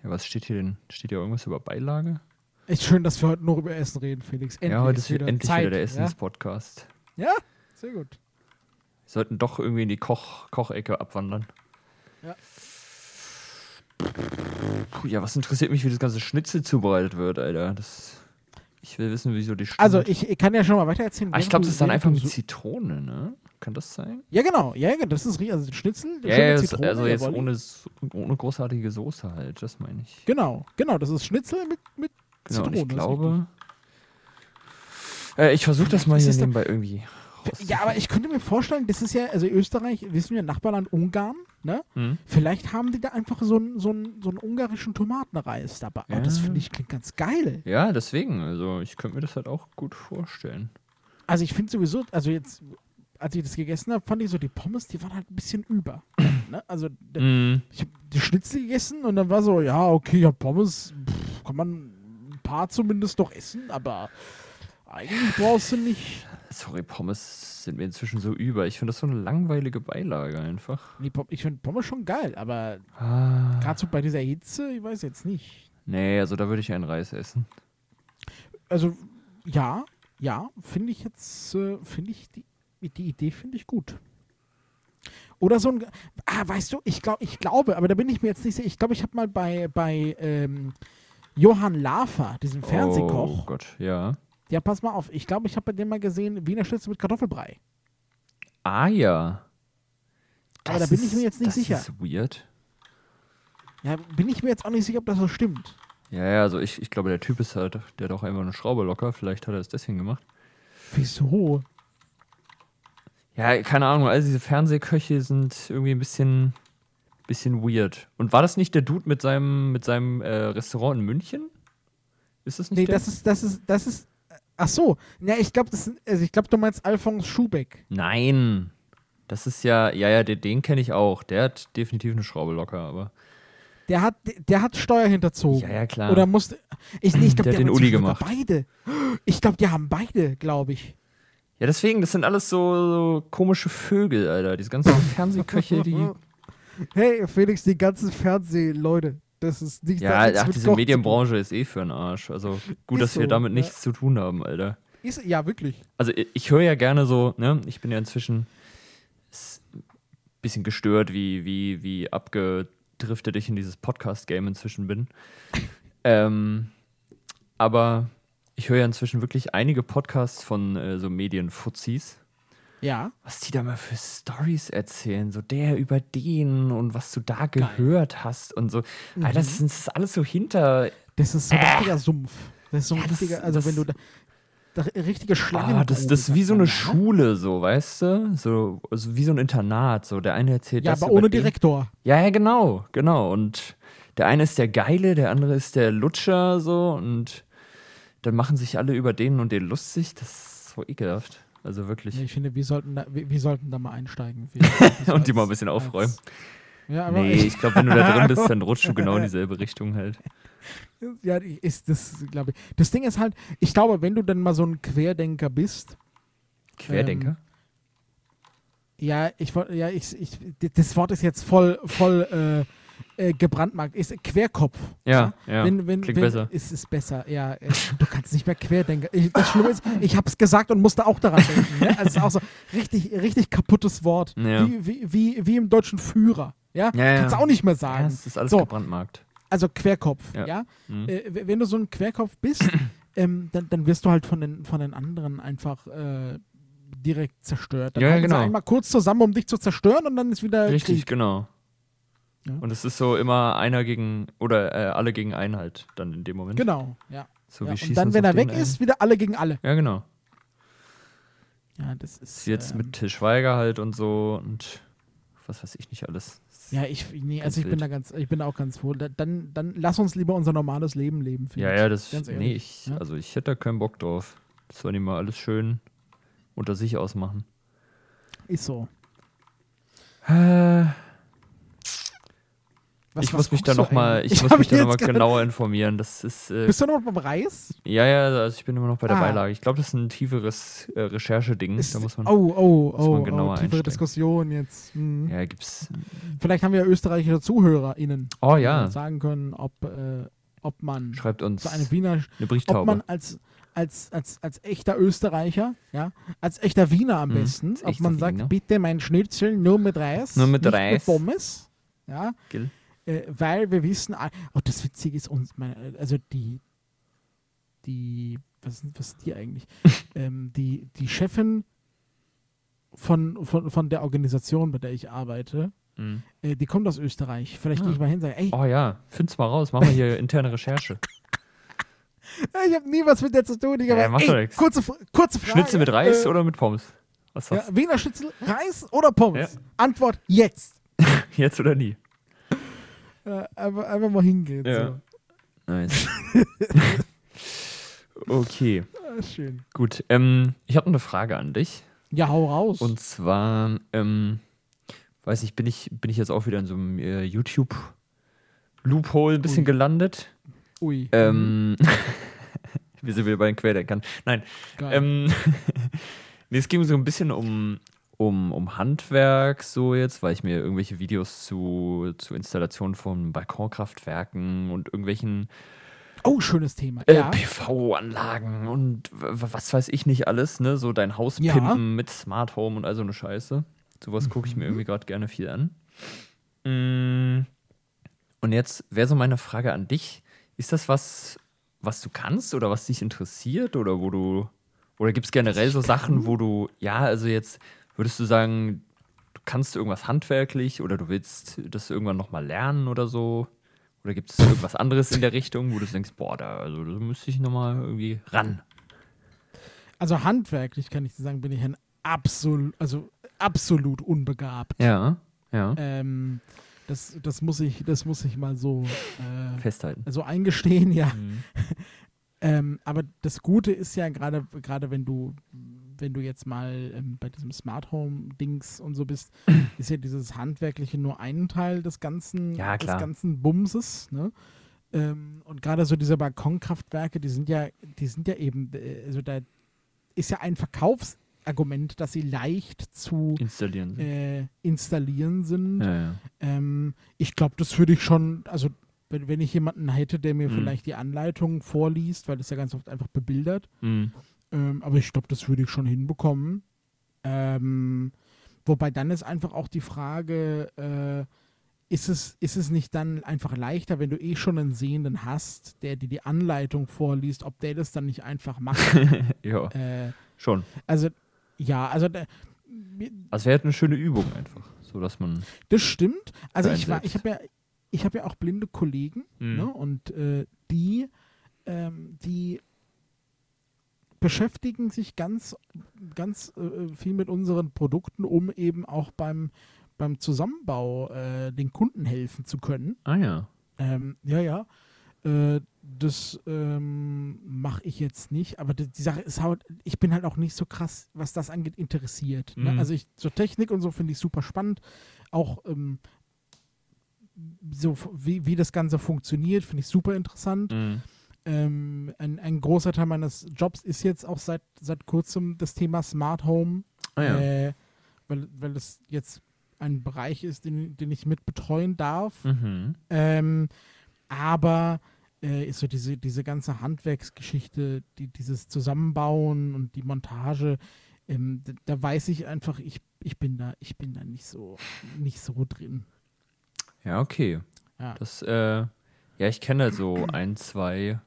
S1: Ja, was steht hier denn? Steht hier irgendwas über Beilage?
S2: Echt schön, dass wir heute nur über Essen reden, Felix. Endlich
S1: ja, heute ist
S2: wieder
S1: endlich
S2: Zeit,
S1: wieder der Essenspodcast.
S2: Ja? ja, sehr gut.
S1: Wir sollten doch irgendwie in die Koch Kochecke abwandern.
S2: Ja.
S1: Puh, ja, was interessiert mich, wie das ganze Schnitzel zubereitet wird, Alter? Das, ich will wissen, wieso die Stunde-
S2: Also, ich, ich kann ja schon mal weiter erzählen.
S1: Ah, ich
S2: während
S1: glaube,
S2: du-
S1: das ist dann
S2: während
S1: einfach
S2: du
S1: mit
S2: so-
S1: Zitrone, ne? Kann das sein?
S2: Ja, genau. Ja, ja, das ist richtig. Also, den Schnitzel,
S1: Ja,
S2: schön
S1: ja
S2: mit
S1: das, also jetzt
S2: jawohl.
S1: ohne, S- ohne großartige Soße halt, das meine ich.
S2: Genau, genau. Das ist Schnitzel mit, mit
S1: Genau, und
S2: Zitrone.
S1: ich
S2: das ist
S1: glaube. Äh, ich versuche das mal
S2: Ist
S1: hier
S2: es da-
S1: nebenbei irgendwie.
S2: richtig. Ja, aber ich könnte mir vorstellen, das ist ja, also Österreich, wissen wir, Nachbarland Ungarn, ne?
S1: Hm?
S2: Vielleicht haben die da einfach so einen so einen- so einen ungarischen Tomatenreis dabei. Oh, das
S1: Ja.
S2: finde ich klingt ganz geil.
S1: Ja, deswegen. Also, ich könnte mir das halt auch gut vorstellen.
S2: Also ich finde sowieso, also jetzt, als ich das gegessen habe, fand ich so die Pommes, die waren halt ein bisschen über. ne? Also d-
S1: Mhm.
S2: ich habe die Schnitzel gegessen und dann war so, ja, okay, ja, Pommes, pff, kann man ein paar zumindest noch essen, aber eigentlich brauchst du nicht.
S1: Sorry, Pommes sind mir inzwischen so über. Ich finde das so eine langweilige Beilage einfach.
S2: Nee, Pom- ich finde Pommes schon geil, aber
S1: Ah.
S2: gerade so bei dieser Hitze, ich weiß jetzt nicht.
S1: Nee, also da würde ich einen Reis essen.
S2: Also, ja, ja, finde ich jetzt, äh, finde ich, die, die Idee finde ich gut. Oder so ein, ah, weißt du, ich, glaub, ich glaube, aber da bin ich mir jetzt nicht sicher, ich glaube, ich habe mal bei, bei ähm, Johann Lafer, diesem
S1: Oh
S2: Fernsehkoch,
S1: Gott, ja.
S2: ja, pass mal auf, ich glaube, ich habe bei dem mal gesehen, Wiener Schnitzel mit Kartoffelbrei.
S1: Ah ja.
S2: Aber
S1: Das
S2: da bin ich mir
S1: ist-
S2: jetzt nicht
S1: das
S2: sicher.
S1: ist weird.
S2: Ja, bin ich mir jetzt auch nicht sicher, ob das so stimmt.
S1: Ja, ja, also ich, ich glaube, der Typ ist halt, der hat auch einfach eine Schraube locker. Vielleicht hat er es deswegen gemacht.
S2: Wieso?
S1: Ja, keine Ahnung, all diese Fernsehköche sind irgendwie ein bisschen, bisschen weird. Und war das nicht der Dude mit seinem, mit seinem äh, Restaurant in München? Ist das nicht
S2: Nee,
S1: der?
S2: das ist, das ist, das ist, äh, ach so, ja, ich glaube, das sind- also ich glaube, du meinst Alfons Schubeck.
S1: Nein. Das ist ja, ja, ja, den, den kenne ich auch. Der hat definitiv eine Schraube locker, aber.
S2: Der hat, der hat Steuer hinterzogen.
S1: Ja, ja, klar.
S2: Oder musste. Ich, nee, ich glaube,
S1: Der hat den Uli gemacht.
S2: Beide. Ich glaube, die haben beide, glaube ich.
S1: Ja, deswegen, das sind alles so, so komische Vögel, Alter. Diese ganzen Fernsehköche, die.
S2: Hey, Felix, die ganzen Fernsehleute. Das ist nicht
S1: Ja,
S2: hat nichts
S1: ach,
S2: mit
S1: diese
S2: Koch
S1: Medienbranche ist eh für einen Arsch. Also gut,
S2: Ist
S1: dass wir
S2: so,
S1: damit
S2: ja.
S1: nichts zu tun haben, Alter.
S2: zu tun. Ist, ja, wirklich.
S1: Also ich, ich höre ja gerne so, ne, ich bin ja inzwischen s- ein bisschen gestört, wie, wie, wie abgedriftet ich in dieses Podcast-Game inzwischen bin. ähm, aber ich höre ja inzwischen wirklich einige Podcasts von äh, so Medienfuzis
S2: Ja.
S1: was die da mal für Stories erzählen, so der über den und was du da gehört hast und so. Alter, das ist, das ist alles so hinter.
S2: Das ist so ein richtiger Sumpf. Das ist so ein
S1: Äh. Ja, das-
S2: richtiger, also
S1: das-
S2: wenn du da, da richtige Schlangen.
S1: Ah, das, das ist wie so eine
S2: ne?
S1: Schule, so, weißt du? So, also wie so ein Internat. So, der eine erzählt
S2: Ja,
S1: das.
S2: aber
S1: über
S2: ohne
S1: den.
S2: Direktor.
S1: Ja, ja, genau, genau. Und der eine ist der Geile, der andere ist der Lutscher, so. Und dann machen sich alle über den und den lustig. Das ist so ekelhaft. Also wirklich.
S2: Nee, Ich finde, wir sollten da, wir, wir sollten da mal einsteigen.
S1: Und die mal ein bisschen aufräumen.
S2: Ja, aber
S1: Nee, ich glaube, wenn du da drin bist, dann rutscht du genau in dieselbe Richtung halt.
S2: Ja, die- ist das, glaube ich. Das Ding ist halt, ich glaube, wenn du dann mal so ein Querdenker bist,
S1: Querdenker?
S2: Ähm, ja, ich wollt- ja, ich, ich d- das Wort ist jetzt voll, voll äh, äh, gebrandmarkt, ist Querkopf.
S1: Ja, ja.
S2: ne? wenn, wenn,
S1: klingt
S2: wenn,
S1: besser.
S2: Ist es besser, ja. äh, Du kannst nicht mehr Querdenker. Ich, das Schlimme ist, ich habe es gesagt und musste auch daran denken. Ne? Also es ist auch so richtig, richtig kaputtes Wort.
S1: Ja.
S2: Wie, wie, wie, wie im deutschen Führer. Ja,
S1: Ja, ja.
S2: kannst du auch nicht mehr
S1: Ja,
S2: sagen.
S1: das ist alles
S2: so,
S1: gebrandmarkt.
S2: also Querkopf, ja.
S1: Ja. Mhm.
S2: Äh, w- wenn du so ein Querkopf bist, ähm, dann, dann wirst du halt von den, von den anderen einfach äh, direkt zerstört. Dann
S1: Ja, ja,
S2: kommen sie
S1: genau.
S2: einmal kurz zusammen, um dich zu zerstören und dann ist wieder
S1: Richtig,
S2: Äh, Krieg.
S1: genau.
S2: Ja.
S1: Und es ist so immer einer gegen, oder äh, alle gegen einen halt dann in dem Moment.
S2: Genau, ja.
S1: So,
S2: ja.
S1: wir schießen
S2: Und dann,
S1: uns
S2: wenn
S1: auf
S2: er
S1: den
S2: weg
S1: einen.
S2: ist, wieder alle gegen alle.
S1: Ja, genau.
S2: Ja, das ist
S1: Jetzt
S2: ähm,
S1: mit Til Schweiger halt und so und was weiß ich nicht alles.
S2: Ja, ich, nee, also
S1: Ganz
S2: ich bin
S1: wild.
S2: da ganz, ich bin da auch ganz wohl. Da, dann, dann lass uns lieber unser normales Leben leben. finde
S1: Ja,
S2: ich.
S1: ja, das.
S2: Ganz
S1: Nee,
S2: ehrlich. ne?
S1: ich,
S2: ja.
S1: also ich hätte da keinen Bock drauf. Das sollen die mal alles schön unter sich ausmachen.
S2: Ist so.
S1: Äh,
S2: Was-
S1: ich
S2: was
S1: muss mich da
S2: guckst du
S1: nochmal,
S2: eigentlich?
S1: ich muss
S2: hab
S1: mich da noch mal genau-
S2: jetzt grad-
S1: genauer informieren. Das ist, äh,
S2: Bist du noch beim Reis?
S1: ja, ja, also ich bin immer noch bei der
S2: Ah.
S1: Beilage. Ich glaube, das ist ein tieferes äh, Recherche-Ding.
S2: Ist,
S1: Da muss man.
S2: oh, oh,
S1: muss man
S2: oh,
S1: genauer
S2: oh tiefere
S1: einsteigen.
S2: Diskussion jetzt. Mhm.
S1: Ja, gibt's.
S2: Vielleicht haben wir österreichische ZuhörerInnen,
S1: Oh
S2: die
S1: ja,
S2: uns sagen können, ob, äh, ob man
S1: schreibt uns
S2: so eine Wiener,
S1: eine
S2: ob man
S1: Brieftaube.
S2: als, als, als, als echter Österreicher, ja, als echter Wiener am
S1: Mhm,
S2: besten,
S1: als
S2: ob
S1: echter
S2: man sagt,
S1: Wiener.
S2: bitte mein Schnitzel nur mit Reis,
S1: Nur mit
S2: nicht
S1: Reis.
S2: mit Pommes, ja,
S1: Gell?
S2: äh, weil wir wissen, all- oh, das Witzige ist uns, meine, also die, die, was sind, was sind die eigentlich? ähm, die, die Chefin von, von, von der Organisation, bei der ich arbeite,
S1: Mhm.
S2: äh, die kommt aus Österreich. Vielleicht
S1: Ah.
S2: gehe ich mal hin und sage, ey,
S1: Oh ja, find's mal raus. Machen wir hier interne Recherche.
S2: ich habe nie was mit der zu tun. Ich hab
S1: Oh. Ja,
S2: gesagt,
S1: macht doch
S2: ey,
S1: nix.
S2: kurze, Fra- kurze Frage.
S1: Schnitzel mit Reis
S2: äh,
S1: oder mit Pommes? Was
S2: Ja,
S1: sagst
S2: Wiener Schnitzel, Reis oder Pommes?
S1: Ja.
S2: Antwort jetzt.
S1: du? Jetzt oder nie?
S2: Äh, einfach, einfach mal hingehen.
S1: Ja. Nice. okay,
S2: So. Ah, schön.
S1: gut. Ähm, ich habe eine Frage an dich.
S2: Ja, hau raus.
S1: Und zwar, ähm, weiß ich, bin ich, bin ich jetzt auch wieder in so einem äh, YouTube-Loophole ein bisschen
S2: Ui. Mhm.
S1: gelandet.
S2: Ui.
S1: Ähm, wir sind wieder bei den Querdenkern. Nein,
S2: Geil.
S1: ähm, nee, es ging so ein bisschen um, um, um Handwerk, so jetzt, weil ich mir irgendwelche Videos zu, zu Installationen von Balkonkraftwerken und irgendwelchen
S2: oh, schönes Thema.
S1: äh,
S2: ja.
S1: PV-Anlagen und w- w- was weiß ich nicht alles, ne? So dein Haus
S2: Ja.
S1: pimpen mit Smart Home und all so eine Scheiße. Sowas gucke ich mir irgendwie gerade gerne viel an. Mm. Und jetzt wäre so meine Frage an dich. Ist das was, was du kannst oder was dich interessiert oder wo du, oder gibt es generell so Sachen, wo du, ja, also jetzt würdest du sagen, du kannst irgendwas handwerklich oder du willst das irgendwann nochmal lernen oder so? Oder gibt es irgendwas anderes in der Richtung, wo du denkst, boah, da, also, da müsste ich nochmal irgendwie ran?
S2: Also handwerklich kann ich dir sagen, bin ich ein absolut, also absolut unbegabt.
S1: Ja, ja.
S2: Ähm, das, das, muss ich, das muss ich mal so, äh,
S1: Festhalten.
S2: so eingestehen, ja.
S1: Mhm.
S2: Ähm, aber das Gute ist ja gerade, gerade wenn du, wenn du jetzt mal ähm, bei diesem Smart Home Dings und so bist, ist ja dieses handwerkliche nur ein Teil des ganzen,
S1: Ja,
S2: des
S1: klar.
S2: ganzen Bumses. Ne? Ähm, und gerade so diese Balkonkraftwerke, die sind ja, die sind ja eben, äh, also da ist ja ein Verkaufsargument, dass sie leicht zu
S1: Installieren.
S2: äh, installieren sind.
S1: Ja, ja.
S2: Ähm, ich glaube, das würde ich schon, also wenn, wenn ich jemanden hätte, der mir
S1: Mhm.
S2: vielleicht die Anleitung vorliest, weil das ja ganz oft einfach bebildert,
S1: Mhm.
S2: ähm, aber ich glaube, das würde ich schon hinbekommen. Ähm, wobei dann ist einfach auch die Frage, äh, ist, es, ist es nicht dann einfach leichter, wenn du eh schon einen Sehenden hast, der dir die Anleitung vorliest, ob der das dann nicht einfach macht?
S1: ja
S2: äh,
S1: schon.
S2: also ja, also da,
S1: Also wäre halt eine schöne Übung einfach, so dass man.
S2: Das stimmt. Also
S1: Für
S2: ich
S1: einen
S2: war, ich
S1: selbst.
S2: habe ja, ich habe ja auch blinde Kollegen,
S1: Mhm.
S2: ne? Und äh, die, ähm, die beschäftigen sich ganz, ganz äh, viel mit unseren Produkten, um eben auch beim beim Zusammenbau äh, den Kunden helfen zu können.
S1: Ah ja.
S2: Ähm, ja, ja. Äh, das ähm, mache ich jetzt nicht, aber die, die Sache ist halt, ich bin halt auch nicht so krass, was das angeht, interessiert. Ne?
S1: Mhm.
S2: Also ich, so Technik und so finde ich super spannend. Auch ähm, so f- wie, wie das Ganze funktioniert, finde ich super interessant.
S1: Mhm.
S2: Ähm, ein, ein großer Teil meines Jobs ist jetzt auch seit, seit kurzem das Thema Smart Home
S1: Ah ja.
S2: äh, weil, weil das jetzt ein Bereich ist, den, den ich mit betreuen darf.
S1: Mhm.
S2: Ähm, aber äh, ist so diese, diese ganze Handwerksgeschichte, die, dieses Zusammenbauen und die Montage, ähm, d- da weiß ich einfach, ich, ich bin da, ich bin da nicht so, nicht so drin.
S1: Ja, okay.
S2: Ja.
S1: Das, äh, ja, ich kenne halt so ein, zwei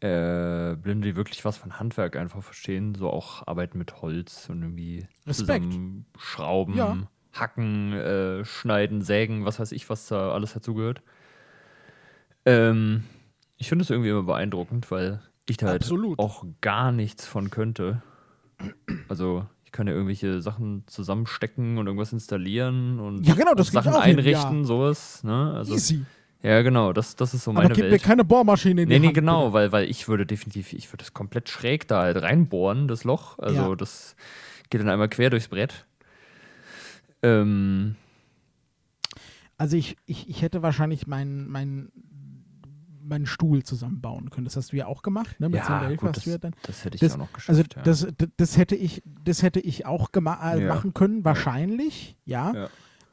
S1: äh, Blinde, die wirklich was von Handwerk einfach verstehen. So auch Arbeiten mit Holz und irgendwie
S2: Respekt.
S1: zusammenschrauben,
S2: Ja.
S1: hacken, äh, schneiden, sägen, was weiß ich, was da alles dazugehört. Ähm, ich finde es irgendwie immer beeindruckend, weil ich da halt
S2: Absolut.
S1: auch gar nichts von könnte. Also, ich Ich kann ja irgendwelche Sachen zusammenstecken und irgendwas installieren und
S2: Ja, genau, das krieg ich
S1: Sachen
S2: auch hin,
S1: einrichten, sowas. Ne? Also,
S2: Easy.
S1: ja, genau, das, das ist so
S2: Aber
S1: meine
S2: gib mir
S1: Welt.
S2: keine Bohrmaschine in die
S1: Nee, nee,
S2: Hand,
S1: genau, weil, weil ich würde definitiv, ich würde das komplett schräg da halt reinbohren, das Loch. Also
S2: Ja.
S1: das geht dann einmal quer durchs Brett. Ähm,
S2: Also ich, ich, ich hätte wahrscheinlich meinen meinen meinen Stuhl zusammenbauen können. Das hast du ja auch gemacht, ne? Mit so einer
S1: ja,
S2: Hilfe
S1: gut,
S2: hast
S1: das,
S2: du ja dann.
S1: das hätte ich
S2: das-
S1: auch noch geschafft.
S2: Also
S1: ja.
S2: das, d- das hätte ich, das hätte ich auch gema äh,
S1: Ja.
S2: machen können, wahrscheinlich, ja.
S1: Ja.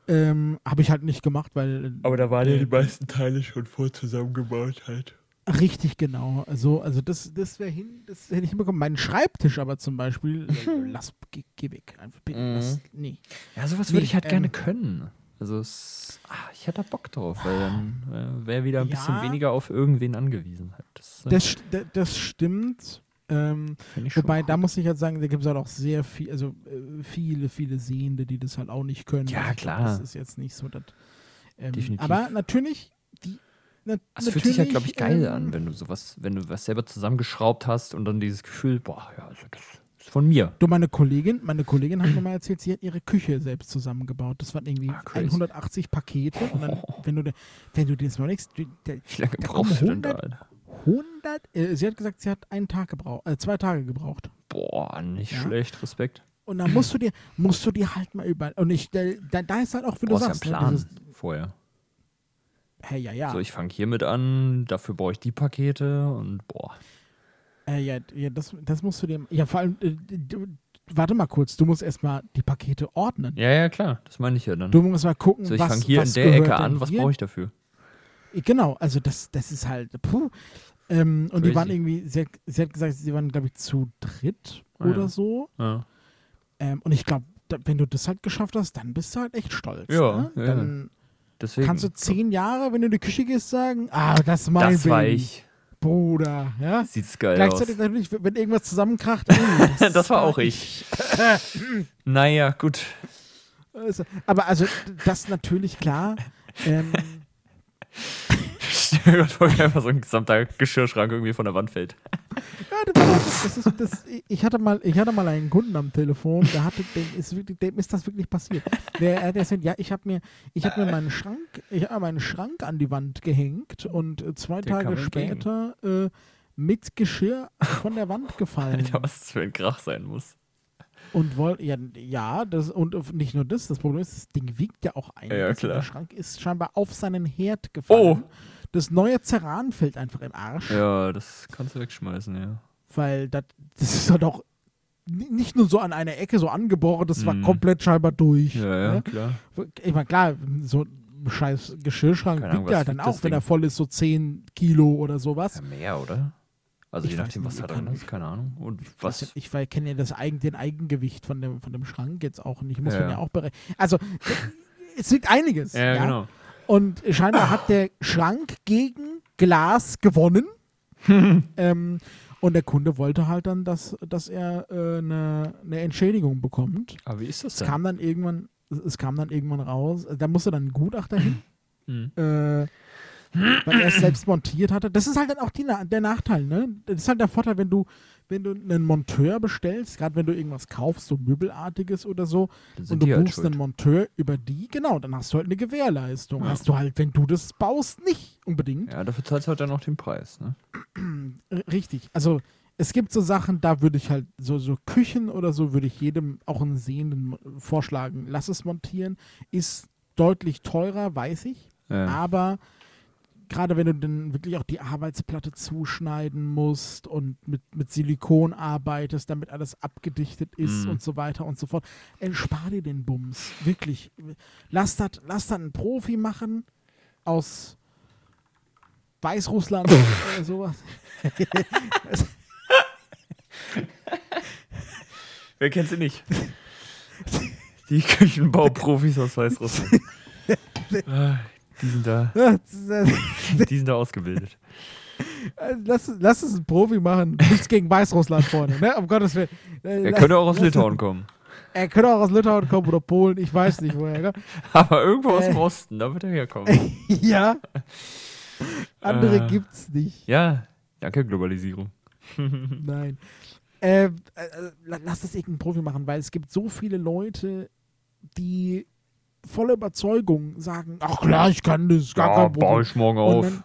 S2: Ähm, Habe ich halt nicht gemacht, weil
S1: Aber da waren
S2: ja die
S1: meisten Teile schon vor zusammengebaut halt.
S2: richtig genau. Also, also das, das wäre hin, das hätte ich hinbekommen. Meinen Schreibtisch aber zum Beispiel, äh, lass, geh, geh weg. Einfach, bitte,
S1: Mhm.
S2: lass, nee.
S1: Ja, sowas würde
S2: Nee,
S1: ich halt
S2: ähm,
S1: gerne können. Also es, ah, ich hätte da Bock drauf, weil dann äh, wäre wieder ein bisschen
S2: Ja.
S1: weniger auf irgendwen angewiesen. Halt. Das, äh,
S2: Das, st- d- das stimmt. Ähm,
S1: fänd ich schon
S2: Wobei,
S1: cool.
S2: da muss ich halt sagen, da gibt es halt auch sehr viel, also äh, viele, viele Sehende, die das halt auch nicht können.
S1: Ja,
S2: also ich
S1: klar.
S2: Glaub, das ist jetzt nicht so das. Ähm,
S1: Definitiv.
S2: Aber natürlich, die. Na,
S1: Das fühlt sich ja, glaube ich, geil
S2: natürlich, ähm,
S1: an, wenn du sowas, wenn du was selber zusammengeschraubt hast und dann dieses Gefühl, boah, ja, also das ist von mir.
S2: Du, meine Kollegin, meine Kollegin hat mir mal erzählt, sie hat ihre Küche selbst zusammengebaut. Das waren irgendwie
S1: Ah, crazy.
S2: 180 Pakete. Und dann, wenn du, da- wenn du dir das mal legst, du, da-
S1: Wie lange
S2: Da
S1: brauchst du denn
S2: kommen
S1: da?
S2: 100
S1: Alter?
S2: 100, äh, sie hat gesagt, sie hat einen Tag gebraucht, äh, zwei Tage gebraucht.
S1: Boah, nicht
S2: Ja.
S1: schlecht, Respekt.
S2: Und dann musst du dir, musst du dir halt mal über. Und ich, da, da da ist halt auch, wie du
S1: brauchst Oh, ja einen
S2: sagst, ne,
S1: Plan
S2: dieses,
S1: vorher.
S2: hey, ja, ja.
S1: So, ich fange hiermit an, dafür brauche ich die Pakete und boah.
S2: Äh, ja, ja das, das musst du dir. Ja, vor allem, äh, du, warte mal kurz, du musst erstmal die Pakete ordnen.
S1: Ja, ja, klar, das meine ich ja dann.
S2: Du musst mal gucken,
S1: Mhm. so, ich
S2: was
S1: fange hier
S2: was
S1: in der Ecke
S2: gehört
S1: an,
S2: denn
S1: was
S2: hier?
S1: brauche ich dafür?
S2: Genau, also das, das ist halt. Puh. Ähm, und
S1: Crazy.
S2: die waren irgendwie, sie hat, sie hat gesagt, sie waren, glaube ich, zu dritt
S1: Ah,
S2: oder
S1: ja.
S2: so.
S1: Ja.
S2: Ähm, und ich glaube, wenn du das halt geschafft hast, dann bist du halt echt stolz.
S1: Ja,
S2: ne?
S1: ja.
S2: Dann
S1: Deswegen,
S2: kannst du zehn Jahre, wenn du in die Küche gehst, sagen, ah, das ist mein
S1: das war
S2: Baby.
S1: ich.
S2: Bruder, ja?
S1: Sieht's geil aus.
S2: Gleichzeitig natürlich, wenn irgendwas zusammenkracht. oh, ey,
S1: Das war auch ich. naja, gut.
S2: Also, Aber also, das natürlich klar. Ähm,
S1: Stell dir vor, wie einfach so ein gesamter Geschirrschrank irgendwie von der Wand fällt.
S2: ja, das, das ist, das, ich, hatte mal, ich hatte mal einen Kunden am Telefon, der hatte, dem, ist, wirklich, dem ist das wirklich passiert. Der, äh, der sagt, ja, ich habe mir, ich hab mir meinen Schrank, ich habe meinen Schrank an die Wand gehängt und äh, zwei
S1: Der kam
S2: Tage
S1: entgegen.
S2: später äh, mit Geschirr von der Wand gefallen.
S1: Alter, was das für ein Krach sein muss.
S2: Und wollt, ja, ja das, und nicht nur das, das Problem ist, das Ding wiegt ja auch ein. Also
S1: Ja, klar.
S2: Der Schrank ist scheinbar auf seinen Herd
S1: Oh.
S2: gefallen. Das neue Ceran fällt einfach im Arsch,
S1: Ja, das kannst du wegschmeißen, ja.
S2: weil dat, das ist halt auch ni- nicht nur so an einer Ecke so angeboren, das war
S1: Mhm.
S2: komplett scheinbar durch.
S1: Ja, ja,
S2: ne?
S1: klar.
S2: Ich meine, klar, so ein scheiß Geschirrschrank
S1: Keine Ahnung,
S2: wiegt ja
S1: was
S2: dann
S1: wiegt das
S2: auch, wenn er
S1: Ding?
S2: voll ist, so 10 Kilo oder sowas.
S1: Ja, mehr, oder? Also
S2: Ich
S1: je
S2: weiß
S1: nachdem, was
S2: nicht,
S1: da
S2: ich
S1: drin
S2: kann-
S1: ist, keine Ahnung. Und was?
S2: Ich, ich, weil ich kenne ja das Eigen, den Eigengewicht von dem, von dem Schrank jetzt auch nicht. Muss
S1: Ja,
S2: man
S1: ja.
S2: ja auch berechnen. Also, es wiegt einiges.
S1: Ja, genau.
S2: Und scheinbar hat der Schrank gegen Glas gewonnen. ähm, und der Kunde wollte halt dann, dass, dass er äh, eine eine Entschädigung bekommt.
S1: Aber wie ist das
S2: Es
S1: denn?
S2: kam dann irgendwann, es kam dann irgendwann raus, da musste dann ein Gutachter hin,
S1: Hm.
S2: äh, weil er es selbst montiert hatte. Das ist halt dann auch die, Na- der Nachteil, ne? Das ist halt der Vorteil, wenn du, wenn du einen Monteur bestellst, gerade wenn du irgendwas kaufst, so Möbelartiges oder so,
S1: Dann sind
S2: und du
S1: die halt
S2: buchst
S1: schuld.
S2: einen Monteur über die, genau, dann hast du halt eine Gewährleistung.
S1: Ja.
S2: Hast du halt, wenn du das baust, nicht unbedingt.
S1: ja, dafür zahlst du halt dann noch den Preis, ne?
S2: R- Richtig. Also es gibt so Sachen, da würde ich halt, so, so Küchen oder so, würde ich jedem, auch einen Sehenden, mo- vorschlagen, lass es montieren. Ist deutlich teurer, weiß ich.
S1: Ja.
S2: Aber gerade wenn du dann wirklich auch die Arbeitsplatte zuschneiden musst und mit, mit Silikon arbeitest, damit alles abgedichtet ist
S1: Mhm.
S2: und so weiter und so fort, entspar dir den Bums. Wirklich. Lass das lass dat einen Profi machen aus Weißrussland oder sowas.
S1: Wer kennt sie nicht? die Küchenbauprofis aus Weißrussland. Ah, die sind da, die sind da ausgebildet.
S2: lass, lass es einen Profi machen. Nichts gegen Weißrussland vorne, ne? Um Gottes Willen. Äh,
S1: Er
S2: lass-
S1: könnte auch aus
S2: lass-
S1: Litauen kommen.
S2: Er könnte auch aus Litauen kommen oder Polen, ich weiß nicht, woher ne? er kommt.
S1: Aber irgendwo aus
S2: Äh.
S1: dem Osten, da wird er herkommen.
S2: ja. Andere
S1: Äh.
S2: gibt's nicht.
S1: Ja, danke Globalisierung.
S2: Nein. Äh, äh, la- lass das irgendein Profi machen, weil es gibt so viele Leute, die voller Überzeugung sagen, ach klar, ich kann das, gar
S1: ja,
S2: kein Problem.
S1: baue ich morgen
S2: Und
S1: auf.
S2: dann,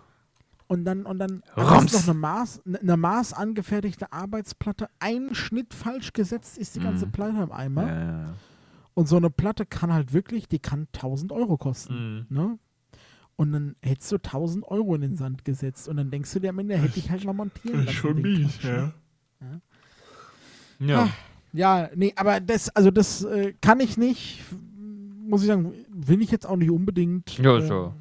S2: und dann, und dann
S1: Rums.
S2: hast du noch eine Maß, ne, eine Maß angefertigte Arbeitsplatte. Ein Schnitt falsch gesetzt ist die ganze
S1: Mhm.
S2: Platte im Eimer.
S1: ja, ja, ja.
S2: Und so eine Platte kann halt wirklich, die kann 1000 Euro kosten.
S1: Mhm.
S2: Ne? Und dann hättest du 1000 Euro in den Sand gesetzt. Und dann denkst du dir am Ende, hätte ich halt mal montieren lassen. den Quatsch, ne?
S1: Ja.
S2: Ja, nee, aber das, also das äh, kann ich nicht, f- muss ich sagen, will ich jetzt auch nicht unbedingt.
S1: Ja,
S2: äh,
S1: ist ja.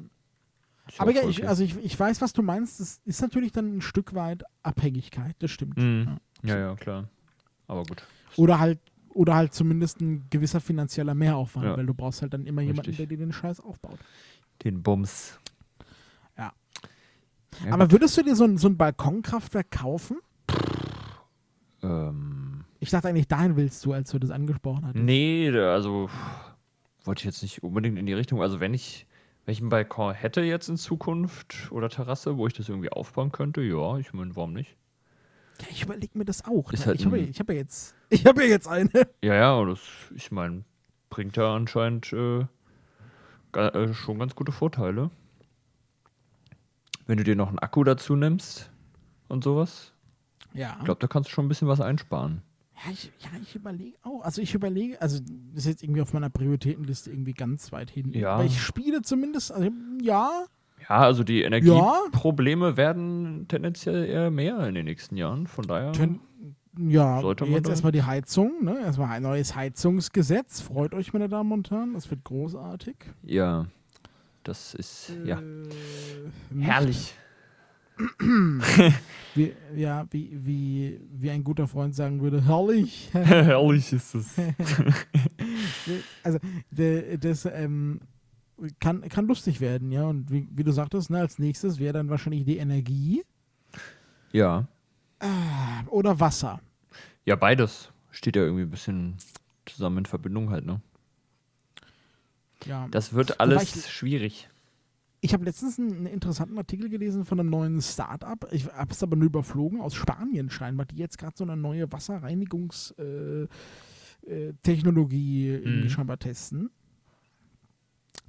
S1: Ist
S2: Aber
S1: auch
S2: ja,
S1: voll
S2: ich,
S1: okay.
S2: also ich, ich weiß, was du meinst. Das ist natürlich dann ein Stück weit Abhängigkeit, das stimmt.
S1: Mhm. Ja, ja, klar. Aber gut.
S2: Oder halt, oder halt zumindest ein gewisser finanzieller Mehraufwand,
S1: Ja.
S2: weil du brauchst halt dann immer jemanden,
S1: Richtig.
S2: der dir den Scheiß aufbaut.
S1: Den Bums.
S2: Ja.
S1: Ja,
S2: Aber würdest du dir so ein, so ein Balkonkraftwerk kaufen?
S1: Ähm,
S2: Ich dachte eigentlich, dahin willst du, als du das angesprochen hattest.
S1: nee, da- also pff, wollte ich jetzt nicht unbedingt in die Richtung. Also wenn ich welchen Balkon hätte jetzt in Zukunft oder Terrasse, wo ich das irgendwie aufbauen könnte, ja, ich meine, warum nicht?
S2: Ja, ich überlege mir das auch.
S1: Ist
S2: ne?
S1: halt
S2: ich habe
S1: ein-
S2: ich hab ja jetzt, ich habe ja jetzt eine.
S1: Ja, ja, und das, ich meine, bringt ja anscheinend äh, ga, äh, schon ganz gute Vorteile. Wenn du dir noch einen Akku dazu nimmst und sowas,
S2: Ja.
S1: ich glaube, da kannst du schon ein bisschen was einsparen.
S2: Ja, ich, ja, ich überlege auch. Also ich überlege, also das ist jetzt irgendwie auf meiner Prioritätenliste irgendwie ganz weit hinten.
S1: Ja.
S2: Aber ich spiele zumindest, also ja,
S1: Ja, also die Energieprobleme werden tendenziell eher mehr in den nächsten Jahren. Von daher.
S2: ten, ja,
S1: Sollte man ne?
S2: jetzt
S1: da-
S2: erstmal die Heizung, ne? Erstmal ein neues Heizungsgesetz. Freut euch, meine Damen und Herren, das wird großartig.
S1: ja, das ist ja
S2: Äh,
S1: herrlich.
S2: Wie, ja, wie, wie, wie ein guter Freund sagen würde, herrlich.
S1: herrlich ist es.
S2: also de- das ähm, kann, kann lustig werden, ja. Und wie, wie du sagtest, ne, als nächstes wäre dann wahrscheinlich die Energie äh,
S1: Ja.
S2: oder Wasser.
S1: Ja, beides steht ja irgendwie ein bisschen zusammen in Verbindung halt, ne?
S2: Ja.
S1: Das wird
S2: ich-
S1: alles schwierig.
S2: Ich habe letztens einen, einen interessanten Artikel gelesen von einem neuen Start-up. Ich habe es aber nur überflogen, aus Spanien scheinbar, die jetzt gerade so eine neue Wasserreinigungstechnologie äh, Technologie irgendwie
S1: Mhm.
S2: scheinbar testen.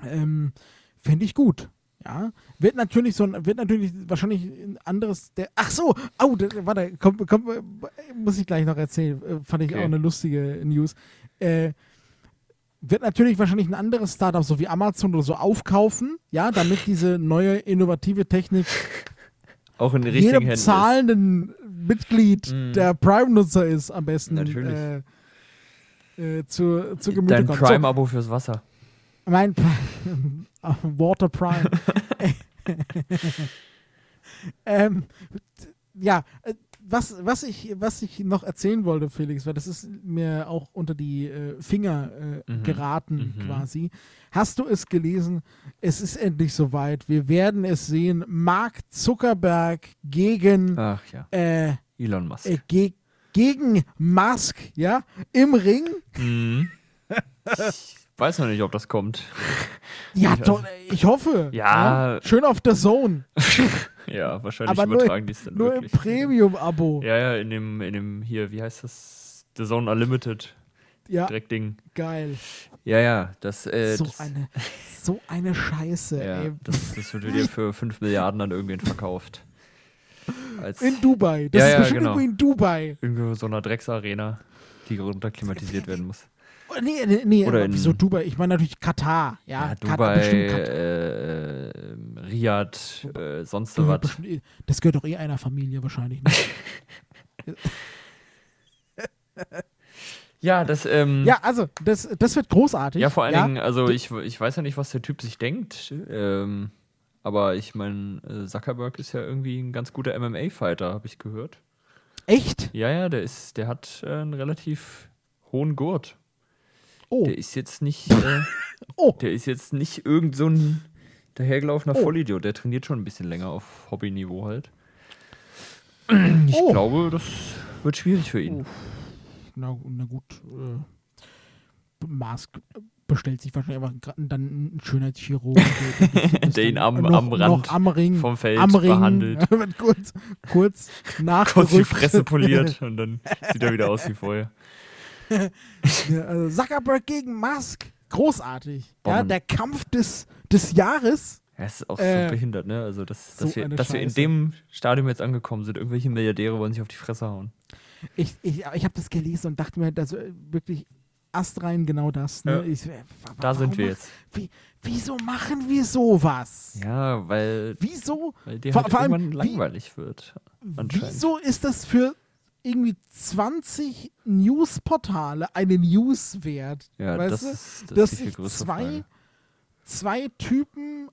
S2: Ähm, Fände ich gut. Ja, wird natürlich so ein, wird natürlich wahrscheinlich ein anderes, der, ach so, au, da- warte, komm, komm, äh, muss ich gleich noch erzählen, äh, fand ich
S1: Okay.
S2: auch eine lustige News. Äh, wird natürlich wahrscheinlich ein anderes Startup, so wie Amazon oder so, aufkaufen, ja, damit diese neue innovative Technik
S1: Auch in den richtigen
S2: jedem
S1: Händen.
S2: zahlenden Mitglied,
S1: Mhm.
S2: der Prime-Nutzer ist, am besten
S1: Natürlich.
S2: Äh, äh, zu, zu
S1: ist.
S2: Gemüte
S1: Dein
S2: kommt. So,
S1: Prime-Abo fürs Wasser.
S2: mein Pri- Water Prime. ähm, t- ja, äh, was, was, ich, was ich noch erzählen wollte, Felix, weil das ist mir auch unter die äh, Finger äh,
S1: Mhm.
S2: geraten
S1: Mhm.
S2: quasi. Hast du es gelesen? Es ist endlich soweit. Wir werden es sehen. Mark Zuckerberg gegen,
S1: Ach ja,
S2: äh,
S1: Elon Musk.
S2: äh, ge gegen Musk, ja, im Ring.
S1: Mhm. ich weiß noch nicht, ob das kommt.
S2: Ja, toll, ich hoffe.
S1: Ja.
S2: Schön auf der Zone.
S1: ja, wahrscheinlich
S2: Aber nur-
S1: übertragen die es dann
S2: Nur
S1: wirklich.
S2: im Premium-Abo.
S1: Ja, ja, in dem, in dem hier, wie heißt das? The Zone Unlimited
S2: Ja,
S1: Direktding.
S2: geil.
S1: Ja, ja, das, äh,
S2: so,
S1: das,
S2: eine, so eine Scheiße.
S1: ja,
S2: ey.
S1: das, das wird dir für 5 Milliarden an irgendwen verkauft. Als
S2: In Dubai. Das
S1: Ja,
S2: ist
S1: ja,
S2: bestimmt
S1: genau.
S2: irgendwie in Dubai.
S1: irgendwie so einer Drecksarena, die runterklimatisiert werden muss.
S2: Oh, nee, nee, nee
S1: Oder
S2: aber
S1: in-
S2: wieso Dubai? Ich meine natürlich Katar. Ja,
S1: Ja,
S2: Katar,
S1: Dubai,
S2: bestimmt Katar.
S1: äh, ähm, Riyadh, äh, sonst
S2: Äh,
S1: was.
S2: bestimmt eh- Das gehört doch eh einer Familie wahrscheinlich. Ne?
S1: Ja, das, ähm,
S2: ja, also, das, das wird großartig.
S1: Ja, vor allen
S2: ja?
S1: Dingen, also ich, ich weiß ja nicht, was der Typ sich denkt, ähm, aber ich meine, äh, Zuckerberg ist ja irgendwie ein ganz guter MMA-Fighter, habe ich gehört.
S2: Echt?
S1: Ja, ja, der ist, der hat äh, einen relativ hohen Gurt.
S2: Oh,
S1: Der ist jetzt nicht, äh,
S2: oh.
S1: der ist jetzt nicht irgend so ein dahergelaufener
S2: Oh.
S1: Vollidiot. Der trainiert schon ein bisschen länger auf Hobbyniveau halt. Ich
S2: oh.
S1: glaube, das wird schwierig für ihn.
S2: Na, na gut. Äh, Mask bestellt sich wahrscheinlich einfach gra- dann ein Schönheitschirurg.
S1: Der ihn am- am Rand
S2: noch am Ring,
S1: vom Feld
S2: Oh. am Ring äh,
S1: behandelt.
S2: wird kurz, kurz
S1: Kurz die
S2: nachgerückt.
S1: Fresse poliert und dann sieht er wieder aus wie vorher.
S2: Ja, also Zuckerberg gegen Musk, großartig. Ja,
S1: Bomben.
S2: der Kampf des, des Jahres.
S1: Ja, es ist auch
S2: Äh,
S1: so behindert, ne? Also, dass,
S2: so
S1: dass, wir,
S2: eine
S1: dass wir in
S2: Scheiße.
S1: dem Stadium jetzt angekommen sind. Irgendwelche Milliardäre wollen sich auf die Fresse hauen.
S2: Ich, ich, ich habe das gelesen und dachte mir, das äh, wirklich astrein genau das. Ne?
S1: Ja.
S2: Ich, äh, wa- wa-
S1: Da sind
S2: warum
S1: wir
S2: mach-
S1: jetzt.
S2: Wie, wieso machen wir sowas?
S1: Ja, weil,
S2: Wieso,
S1: weil dir
S2: Vor-
S1: halt
S2: vor allem,
S1: irgendwann
S2: wie-
S1: langweilig wird. Anscheinend.
S2: wieso ist das für irgendwie 20 Newsportale eine News wert?
S1: Ja,
S2: weißt
S1: das
S2: du?
S1: ist, das ist
S2: dass
S1: die viel
S2: sich
S1: größere
S2: zwei,
S1: Frage.
S2: zwei Typen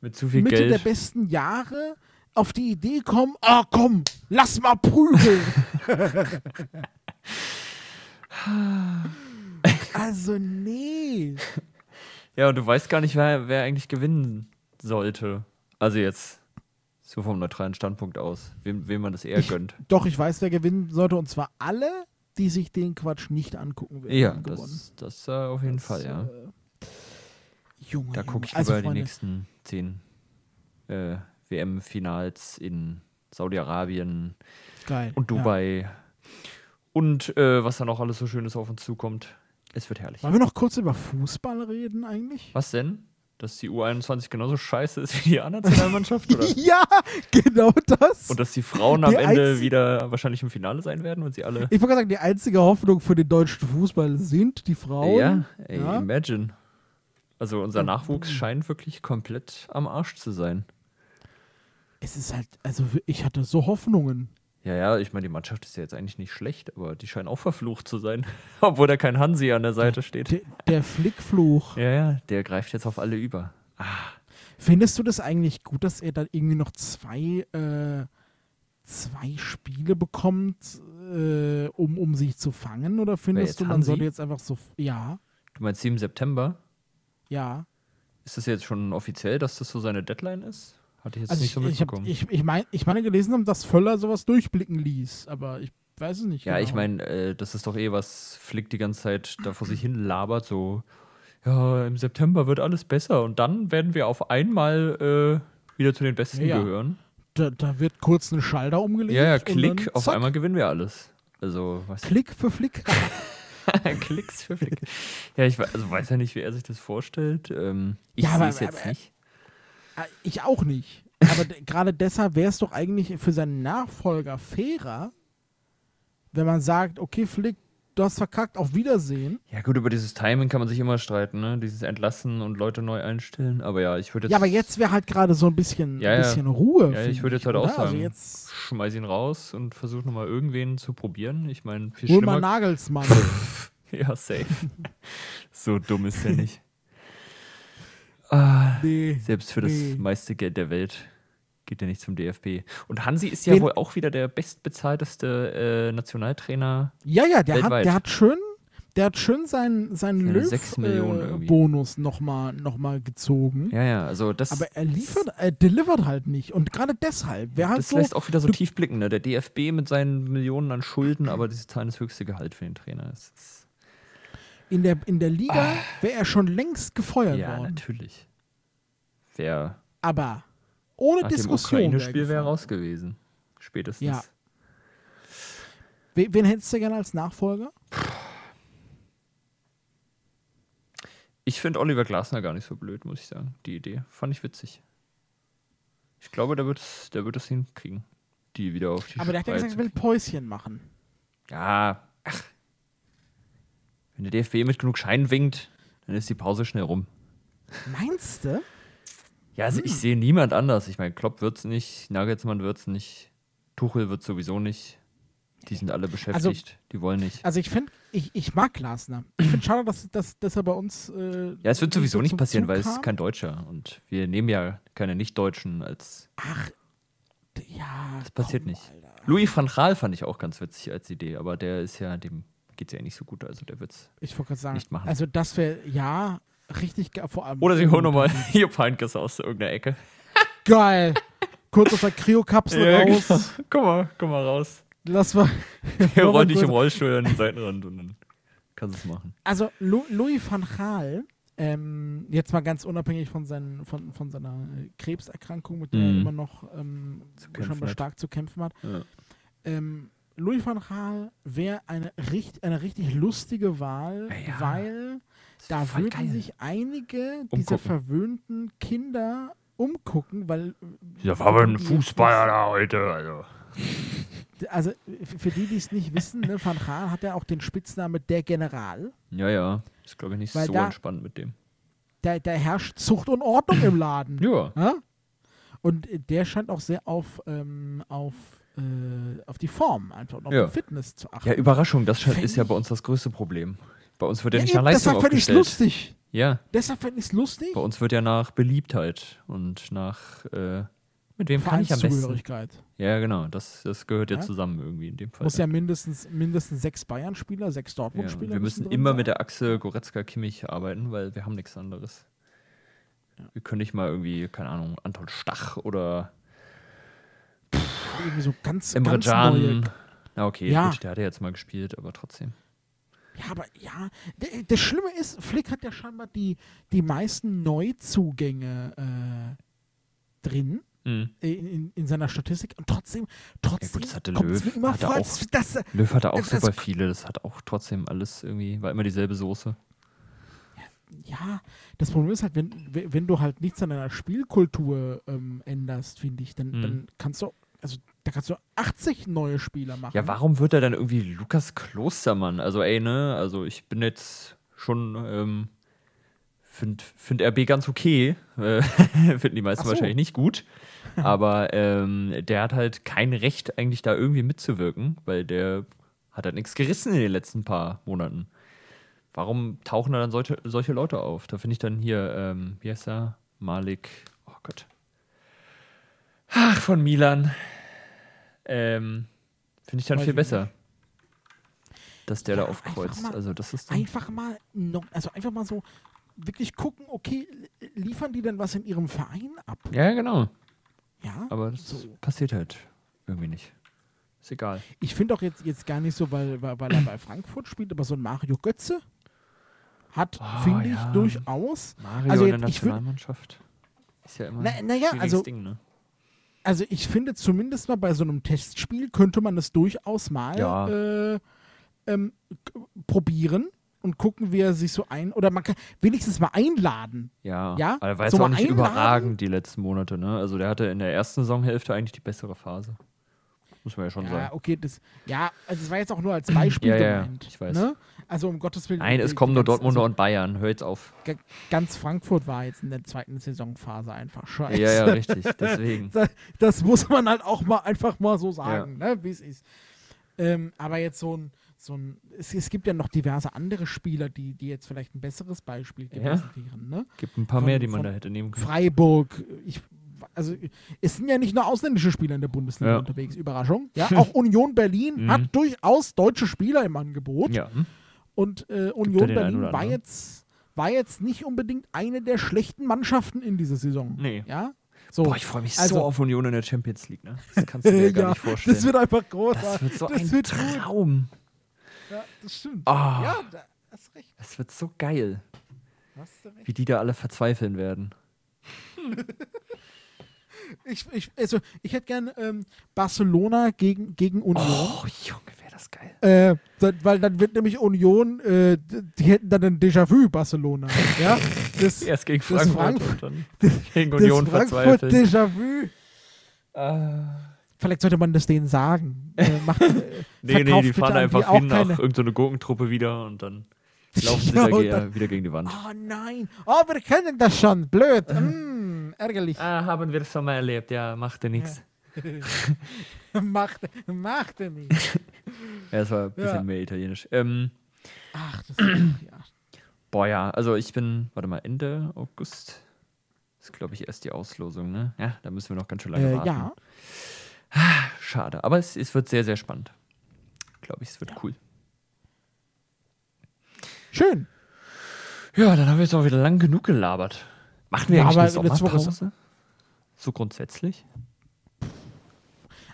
S1: Mit zu viel
S2: Mitte der
S1: Geld.
S2: besten Jahre auf die Idee kommen, ah komm, lass mal prügeln. also nee.
S1: Ja, und du weißt gar nicht, wer, wer eigentlich gewinnen sollte. Also jetzt so vom neutralen Standpunkt aus, wem, wem man das eher
S2: Ich-
S1: gönnt.
S2: Doch, ich weiß, wer gewinnen sollte, und zwar alle, die sich den Quatsch nicht angucken werden.
S1: Ja,
S2: haben gewonnen.
S1: das, das äh, auf jeden
S2: Das,
S1: Fall, ja.
S2: äh, Junge,
S1: Da
S2: Junge.
S1: gucke ich
S2: also,
S1: über die
S2: Freunde,
S1: nächsten zehn äh, WM-Finals in Saudi-Arabien
S2: Geil.
S1: und
S2: ja.
S1: Dubai und äh, was da noch alles so Schönes auf uns zukommt. Es wird herrlich.
S2: Wollen wir noch kurz über Fußball reden eigentlich?
S1: Was denn? Dass die U21 genauso scheiße ist wie die andere Nationalmannschaft? oder?
S2: Ja, genau das.
S1: Und dass die Frauen am
S2: Der
S1: Ende
S2: einzig-
S1: wieder wahrscheinlich im Finale sein werden und sie alle.
S2: ich wollte gerade sagen, die einzige Hoffnung für den deutschen Fußball sind die Frauen.
S1: Ja, ey,
S2: Ja.
S1: imagine. Also unser Nachwuchs scheint wirklich komplett am Arsch zu sein.
S2: Es ist halt, also ich hatte so Hoffnungen.
S1: Ja, ja, ich meine, die Mannschaft ist ja jetzt eigentlich nicht schlecht, aber die scheinen auch verflucht zu sein, obwohl da kein Hansi an der Seite steht.
S2: Der, der Flickfluch.
S1: Ja, ja, der greift jetzt auf alle über.
S2: Findest du das eigentlich gut, dass er dann irgendwie noch zwei, äh, zwei Spiele bekommt, äh, um, um sich zu fangen? Oder
S1: jetzt,
S2: findest du, man
S1: Hansi?
S2: sollte jetzt einfach so. Ja,
S1: Du meinst 7. September?
S2: ja.
S1: Ist das jetzt schon offiziell, dass das so seine Deadline ist? Hatte ich jetzt
S2: Also
S1: nicht
S2: ich,
S1: so
S2: ich, hab,
S1: mitbekommen.
S2: ich, ich, mein, ich meine gelesen haben, dass Völler sowas durchblicken ließ, aber ich weiß es nicht.
S1: Ja,
S2: genau.
S1: ich meine, äh, das ist doch eh was Flick die ganze Zeit da vor sich hin labert, so, ja, im September wird alles besser und dann werden wir auf einmal äh, wieder zu den Besten
S2: Ja, ja.
S1: gehören.
S2: Da, da wird kurz ein Schalter umgelegt.
S1: Ja, ja,
S2: und
S1: Klick,
S2: dann
S1: auf
S2: zack,
S1: einmal gewinnen wir alles. Also, was
S2: Klick für Flick.
S1: Klicks für Flick. ja, ich we- also weiß ja nicht, wie er sich das vorstellt. Ähm, ich
S2: Ja,
S1: sehe
S2: aber-
S1: es jetzt
S2: aber-
S1: nicht.
S2: Ah, ich auch nicht. Aber d- gerade deshalb wäre es doch eigentlich für seinen Nachfolger fairer, wenn man sagt, okay, Flick, du hast verkackt, auf Wiedersehen.
S1: Ja, gut, über dieses Timing kann man sich immer streiten, ne? Dieses Entlassen und Leute neu einstellen. Aber ja, ich würde jetzt.
S2: ja, aber jetzt wäre halt gerade so ein bisschen,
S1: Ja, ja.
S2: bisschen Ruhe.
S1: Ja,
S2: find
S1: ich würde jetzt halt
S2: oder?
S1: auch sagen,
S2: Also jetzt
S1: schmeiß ihn raus und versuch nochmal irgendwen zu probieren. Ich meine, viel
S2: hol mal
S1: schlimmer
S2: Nagelsmann.
S1: Ja, safe. so dumm ist er nicht.
S2: nee.
S1: Selbst für das
S2: Nee.
S1: meiste Geld der Welt geht er nicht zum DFB. Und Hansi ist ja
S2: Wen-
S1: wohl auch wieder der bestbezahlteste äh, Nationaltrainer.
S2: Ja, ja, der hat,
S1: Weltweit.
S2: der hat schön, der hat schön seinen, seinen
S1: Ja, sechs Millionen irgendwie.
S2: Löw-Bonus nochmal noch mal gezogen.
S1: Ja, ja, also das,
S2: Aber er liefert, er delivert halt nicht. Und gerade deshalb, wer halt
S1: das
S2: so.
S1: lässt auch wieder so tief blicken. Ne? Der DFB mit seinen Millionen an Schulden, aber diese zahlen das höchste Gehalt für den Trainer. Das ist,
S2: In der, in der Liga wäre er schon längst gefeuert
S1: Ah. ja,
S2: worden.
S1: natürlich. Wer
S2: Aber ohne
S1: nach dem
S2: Diskussion. wär
S1: Ukraine-Spiel wäre
S2: gefeuert.
S1: raus gewesen. Spätestens.
S2: Ja. We- Wen hättest du gerne als Nachfolger?
S1: Ich finde Oliver Glasner gar nicht so blöd, muss ich sagen. Die Idee fand ich witzig. Ich glaube, der wird es der wird es hinkriegen. Die wieder auf die
S2: Aber der hat ja
S1: Reihe
S2: gesagt, er
S1: zu
S2: will Päuschen machen.
S1: kriegen. Ja, ach. Wenn der DFB mit genug Schein winkt, dann ist die Pause schnell rum.
S2: Meinst du?
S1: Ja, also
S2: Hm.
S1: ich sehe niemand anders. Ich meine, Klopp wird's nicht, Nagelsmann wird's nicht, Tuchel wird's sowieso nicht. Die sind alle beschäftigt. die wollen nicht.
S2: Also ich finde, ich, ich mag Glasner. Ich finde schade, dass, dass, dass er bei uns. Äh,
S1: Ja, es wird sowieso
S2: so
S1: nicht
S2: zum
S1: passieren,
S2: Zug
S1: weil es ist
S2: kam.
S1: kein Deutscher und wir nehmen ja keine Nicht-Deutschen als
S2: Ach, d- ja.
S1: Das passiert
S2: komm,
S1: nicht.
S2: Alter.
S1: Louis van Gaal fand ich auch ganz witzig als Idee, aber der ist ja, dem geht's ja nicht so gut, also der wird's.
S2: Ich wollte gerade sagen,
S1: Nicht machen.
S2: also das wäre, ja, richtig ge- vor allem.
S1: Oder sie holen nochmal hier Peinkes aus irgendeiner Ecke.
S2: Geil! Kurz aus der Kryokapsel raus.
S1: genau. Komm mal, komm mal raus.
S2: Lass mal.
S1: Wir rollen dich im
S2: Robert-
S1: Rollstuhl an den Seitenrand und dann kannst es machen.
S2: Also Lu Louis van Gaal, ähm, jetzt mal ganz unabhängig von, seinen, von, von seiner äh, Krebserkrankung, mit der
S1: Mhm.
S2: er immer noch ähm,
S1: Zu kämpfen
S2: scheinbar
S1: hat.
S2: stark zu kämpfen hat.
S1: Ja.
S2: Ähm, Louis van Gaal wäre eine, richt eine richtig lustige Wahl,
S1: Ja.
S2: weil da
S1: voll
S2: würden
S1: geil.
S2: sich einige dieser
S1: Umgucken.
S2: verwöhnten Kinder umgucken, weil äh,
S1: Da war aber ein Fußballer da heute. Also.
S2: also f- für die, die es nicht wissen, ne, Van Gaal hat ja auch den Spitznamen der General.
S1: Ja, ja. Ist, glaube ich, nicht
S2: Weil
S1: so
S2: da-
S1: entspannt mit dem.
S2: Da, da herrscht Zucht und Ordnung im Laden.
S1: Ja.
S2: Ja? Und äh, der scheint auch sehr auf, ähm, auf, äh, auf die Form einfach und auf
S1: Ja.
S2: die Fitness zu achten.
S1: Ja, Überraschung, das
S2: Fänd
S1: ist ja
S2: ich-
S1: bei uns das größte Problem. Bei uns wird ja,
S2: Ja,
S1: nicht
S2: eben,
S1: nach Leistung
S2: deshalb fand ich es
S1: aufgestellt.
S2: lustig.
S1: Ja,
S2: Deshalb fand ich es lustig.
S1: bei uns wird ja nach Beliebtheit und nach äh, mit wem kann ich am besten.
S2: Vereinszugehörigkeit.
S1: Ja, genau, das, das gehört ja,
S2: Ja.
S1: zusammen irgendwie in dem Fall.
S2: Muss ja mindestens, mindestens sechs Bayern-Spieler, sechs
S1: Ja, und
S2: Dortmund-Spieler.
S1: wir müssen immer mit der Achse Goretzka-Kimmich arbeiten, weil wir haben nichts anderes. Wir können nicht mal irgendwie, keine Ahnung, Anton Stach oder
S2: irgendwie so ganz,
S1: Emre
S2: ganz neue.
S1: Can. Na okay,
S2: Ja.
S1: gut, der hat ja jetzt mal gespielt, aber trotzdem.
S2: Ja, aber ja, der- das Schlimme ist, Flick hat ja scheinbar die, die meisten Neuzugänge äh, drin.
S1: Mhm.
S2: In, in, in seiner Statistik und trotzdem, trotzdem
S1: das hatte
S2: kommt's
S1: Löw,
S2: mir immer
S1: hatte
S2: vor,
S1: auch-
S2: als dass,
S1: Löw hatte auch
S2: Das- das-
S1: super viele, das hat auch trotzdem alles irgendwie, war immer dieselbe Soße.
S2: ja, das Problem ist halt, wenn, wenn wenn du halt nichts an deiner Spielkultur ähm, änderst, finde ich, dann,
S1: Mhm.
S2: dann kannst du, also da kannst du 80 neue Spieler machen.
S1: Ja, warum wird er dann irgendwie Lukas Klostermann? Also, ey, ne, also ich bin jetzt schon, ähm, find, find RB ganz okay. Äh, finden die meisten
S2: Ach so.
S1: wahrscheinlich nicht gut. Aber ähm, der hat halt kein Recht, eigentlich da irgendwie mitzuwirken, weil der hat halt nichts gerissen in den letzten paar Monaten. Warum tauchen da dann solche, solche Leute auf? Da finde ich dann hier, ähm, wie heißt er? Malik, oh Gott. Ach, von Milan. Ähm, Finde ich dann
S2: Weiß
S1: viel
S2: ich
S1: besser. Dass der
S2: Ja,
S1: da
S2: einfach
S1: aufkreuzt.
S2: mal-
S1: Also das ist dann,
S2: einfach mal noch, also einfach mal so wirklich gucken, okay, li- liefern die denn was in ihrem Verein ab?
S1: Ja, genau.
S2: Ja.
S1: Aber das
S2: So.
S1: passiert halt irgendwie nicht. Ist egal.
S2: Ich finde auch jetzt, jetzt gar nicht so, weil, weil, weil er bei Frankfurt spielt, aber so ein Mario Götze hat,
S1: Oh,
S2: finde ich,
S1: ja.
S2: durchaus.
S1: Mario
S2: Also
S1: in
S2: jetzt,
S1: der
S2: ich würd-
S1: Nationalmannschaft ist ja immer
S2: Na-
S1: ein
S2: na ja,
S1: schwieriges
S2: also-
S1: Ding, ne?
S2: Also ich finde zumindest mal bei so einem Testspiel könnte man das durchaus mal
S1: Ja.
S2: äh, ähm, k- probieren und gucken, wie er sich so ein oder man kann wenigstens mal einladen.
S1: Ja,
S2: Ja,
S1: aber er war jetzt
S2: so
S1: auch
S2: mal
S1: nicht
S2: einladen.
S1: überragend die letzten Monate, ne? Also der hatte in der ersten Saisonhälfte eigentlich die bessere Phase. Muss man ja schon
S2: Ja,
S1: sagen.
S2: okay, das ja, also es war jetzt auch nur als Beispiel
S1: Ja, ja, ja,
S2: gemeint.
S1: ich weiß.
S2: Ne? Also um Gottes Willen.
S1: Nein,
S2: die-
S1: es
S2: die
S1: kommen nur
S2: ganz-
S1: Dortmunder
S2: also-
S1: und Bayern. Hör jetzt auf.
S2: Ga- ganz Frankfurt war jetzt in der zweiten Saisonphase einfach scheiße.
S1: Ja, ja, richtig. Deswegen.
S2: Das, das muss man halt auch mal einfach mal so sagen, ne, wie es ist. Ähm, aber jetzt so ein, so ein es, es gibt ja noch diverse andere Spieler, die, die jetzt vielleicht ein besseres Beispiel
S1: Ja.
S2: gewesen wären. Ne?
S1: Gibt ein paar
S2: Von-
S1: mehr, die man
S2: von-
S1: da hätte nehmen können.
S2: Freiburg, ich, also es sind ja nicht nur ausländische Spieler in der Bundesliga
S1: Ja.
S2: unterwegs, Überraschung. Ja, auch Union Berlin
S1: Mhm.
S2: hat durchaus deutsche Spieler im Angebot.
S1: Ja, hm?
S2: Und äh,
S1: ja
S2: Union
S1: den einen
S2: Berlin
S1: oder
S2: war
S1: anderen.
S2: jetzt, war jetzt nicht unbedingt eine der schlechten Mannschaften in dieser Saison.
S1: Nee.
S2: Ja? So.
S1: Boah, ich freue mich
S2: Also-
S1: so auf Union in der Champions League, ne? Das kannst du dir gar
S2: ja,
S1: nicht vorstellen.
S2: das wird einfach großartig.
S1: Das wird so
S2: das
S1: ein
S2: wird gut.
S1: Traum.
S2: Ja, das stimmt.
S1: Ah.
S2: Ja, da hast recht.
S1: Das wird so geil,
S2: Hast du recht.
S1: wie die da alle verzweifeln werden.
S2: Ich, ich, also, ich hätte gerne ähm, Barcelona gegen, gegen Union.
S1: Oh, Junge, wäre das geil.
S2: Äh, dann- weil dann wird nämlich Union, äh, d- die hätten dann ein Déjà-vu Barcelona. ja? Das,
S1: Erst gegen
S2: Das
S1: Frankfurt
S2: Frank-
S1: und dann gegen Union
S2: das Frankfurt
S1: verzweifelt. Ah.
S2: Déjà-vu. Vielleicht sollte man das denen sagen. Äh, macht, äh,
S1: Nee, nee,
S2: verkauft
S1: die
S2: bitte
S1: fahren
S2: an
S1: einfach
S2: auch
S1: hin nach
S2: keine-
S1: irgendeine Gurkentruppe wieder und dann laufen sie
S2: Ja,
S1: da
S2: und
S1: ge äh,
S2: dann-
S1: wieder gegen die Wand.
S2: Oh nein. Oh, wir kennen das schon. Blöd. Mm, ärgerlich.
S1: Ah, haben wir schon mal erlebt, ja, machte nichts.
S2: macht, macht er nicht.
S1: Ja, es war ein bisschen
S2: Ja.
S1: mehr italienisch. Ähm,
S2: Ach, das ist, ja.
S1: boah, ja, also ich bin, warte mal, Ende August ist, glaube ich, erst die Auslosung, ne? Ja, da müssen wir noch ganz schön lange
S2: Äh,
S1: warten.
S2: ja.
S1: Schade, aber es, es wird sehr, sehr spannend. Glaube ich, es wird cool.
S2: Schön.
S1: Ja, dann haben wir jetzt auch wieder lang genug gelabert. Machen wir
S2: Ja,
S1: eigentlich
S2: aber
S1: eine
S2: letzte Woche-
S1: Sommerpause? So grundsätzlich?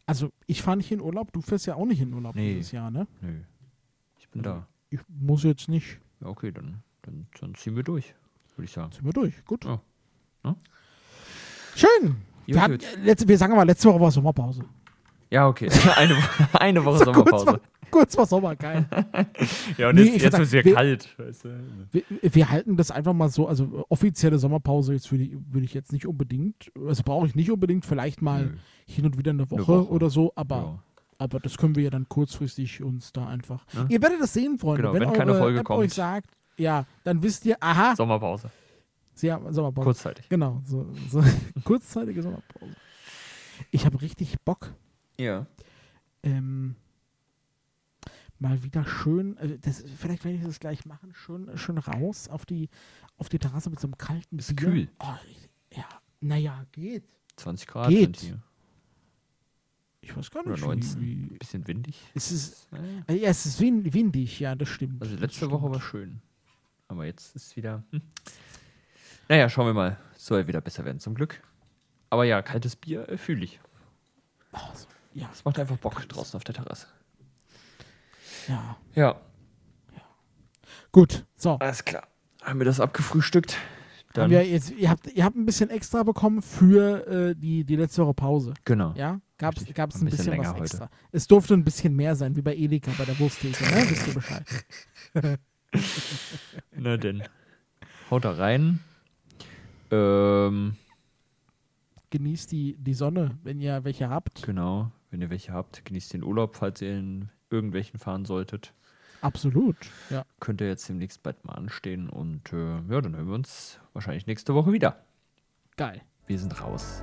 S2: Also, ich fahre nicht in Urlaub. Du fährst ja auch nicht in Urlaub
S1: Nee.
S2: dieses Jahr, ne?
S1: Nö. Ich bin da.
S2: Ich muss jetzt nicht.
S1: Ja, okay, dann, dann, dann ziehen wir durch, würde ich sagen.
S2: Sind wir durch. Gut.
S1: Ja. Ne?
S2: Schön.
S1: Gut,
S2: Wir, hatten,
S1: gut.
S2: äh, letzte, wir sagen aber, letzte Woche war Sommerpause.
S1: Ja, okay. Eine, Wo- eine Woche
S2: Kurz war,
S1: Sommerpause.
S2: kurz war Sommer, geil.
S1: Ja, und
S2: Nee,
S1: jetzt,
S2: ich
S1: jetzt wird
S2: würd
S1: es
S2: sagen,
S1: ja
S2: wir-
S1: kalt. Weißt du?
S2: Wir, wir halten das einfach mal so, also äh, offizielle Sommerpause jetzt würde ich, würde ich jetzt nicht unbedingt, also brauche ich nicht unbedingt, vielleicht mal
S1: Nö.
S2: hin und wieder eine Woche,
S1: Woche.
S2: oder so, aber,
S1: Ja.
S2: aber das können wir ja dann kurzfristig uns da einfach.
S1: Ja.
S2: Ihr werdet das sehen, Freunde.
S1: Genau,
S2: wenn
S1: wenn
S2: eure
S1: keine Folge
S2: App
S1: kommt.
S2: euch sagt, ja, dann wisst ihr, aha,
S1: Sommerpause.
S2: sie haben Sommerpause.
S1: Kurzzeitig.
S2: Genau, so, so kurzzeitige Sommerpause. Ich habe richtig Bock,
S1: Ja.
S2: ähm, mal wieder schön, äh, das, vielleicht werde ich das gleich machen, schön, schön raus auf die, auf die Terrasse mit so einem kalten
S1: Ist
S2: Bier.
S1: kühl.
S2: Oh, ja, naja, geht.
S1: 20 Grad
S2: Geht.
S1: sind hier.
S2: Ich weiß gar
S1: Oder
S2: nicht,
S1: 19.
S2: wie, wie
S1: Bisschen windig.
S2: es ist,
S1: Ja, ja.
S2: äh, ja, es ist win- windig, ja, das stimmt.
S1: Also
S2: das
S1: letzte
S2: stimmt.
S1: Woche war schön. Aber jetzt ist wieder. Hm. Naja, schauen wir mal. Soll wieder besser werden, zum Glück. Aber ja, kaltes Bier äh, fühle ich.
S2: Oh, so- ja,
S1: Es macht einfach Bock draußen auf der Terrasse.
S2: ja.
S1: Ja,
S2: Gut, so.
S1: alles klar. Haben wir das abgefrühstückt? Dann,
S2: Haben wir jetzt, ihr, habt, ihr habt ein bisschen extra bekommen für äh, die, die letzte Woche Pause.
S1: genau.
S2: Ja, gab es
S1: Richtig.
S2: ein bisschen,
S1: Ein bisschen länger
S2: was
S1: heute.
S2: extra. Es durfte ein bisschen mehr sein, wie bei Edeka, bei der Wursttheke, ne? Wisst ihr Bescheid.
S1: Na denn. Haut da rein. Ähm,
S2: Genießt die, die Sonne, wenn ihr welche habt.
S1: genau. Wenn ihr welche habt, genießt den Urlaub, falls ihr in irgendwelchen fahren solltet.
S2: Absolut. Ja.
S1: Könnt ihr jetzt demnächst bald mal anstehen und äh, ja, dann hören wir uns wahrscheinlich nächste Woche wieder.
S2: Geil.
S1: Wir sind raus.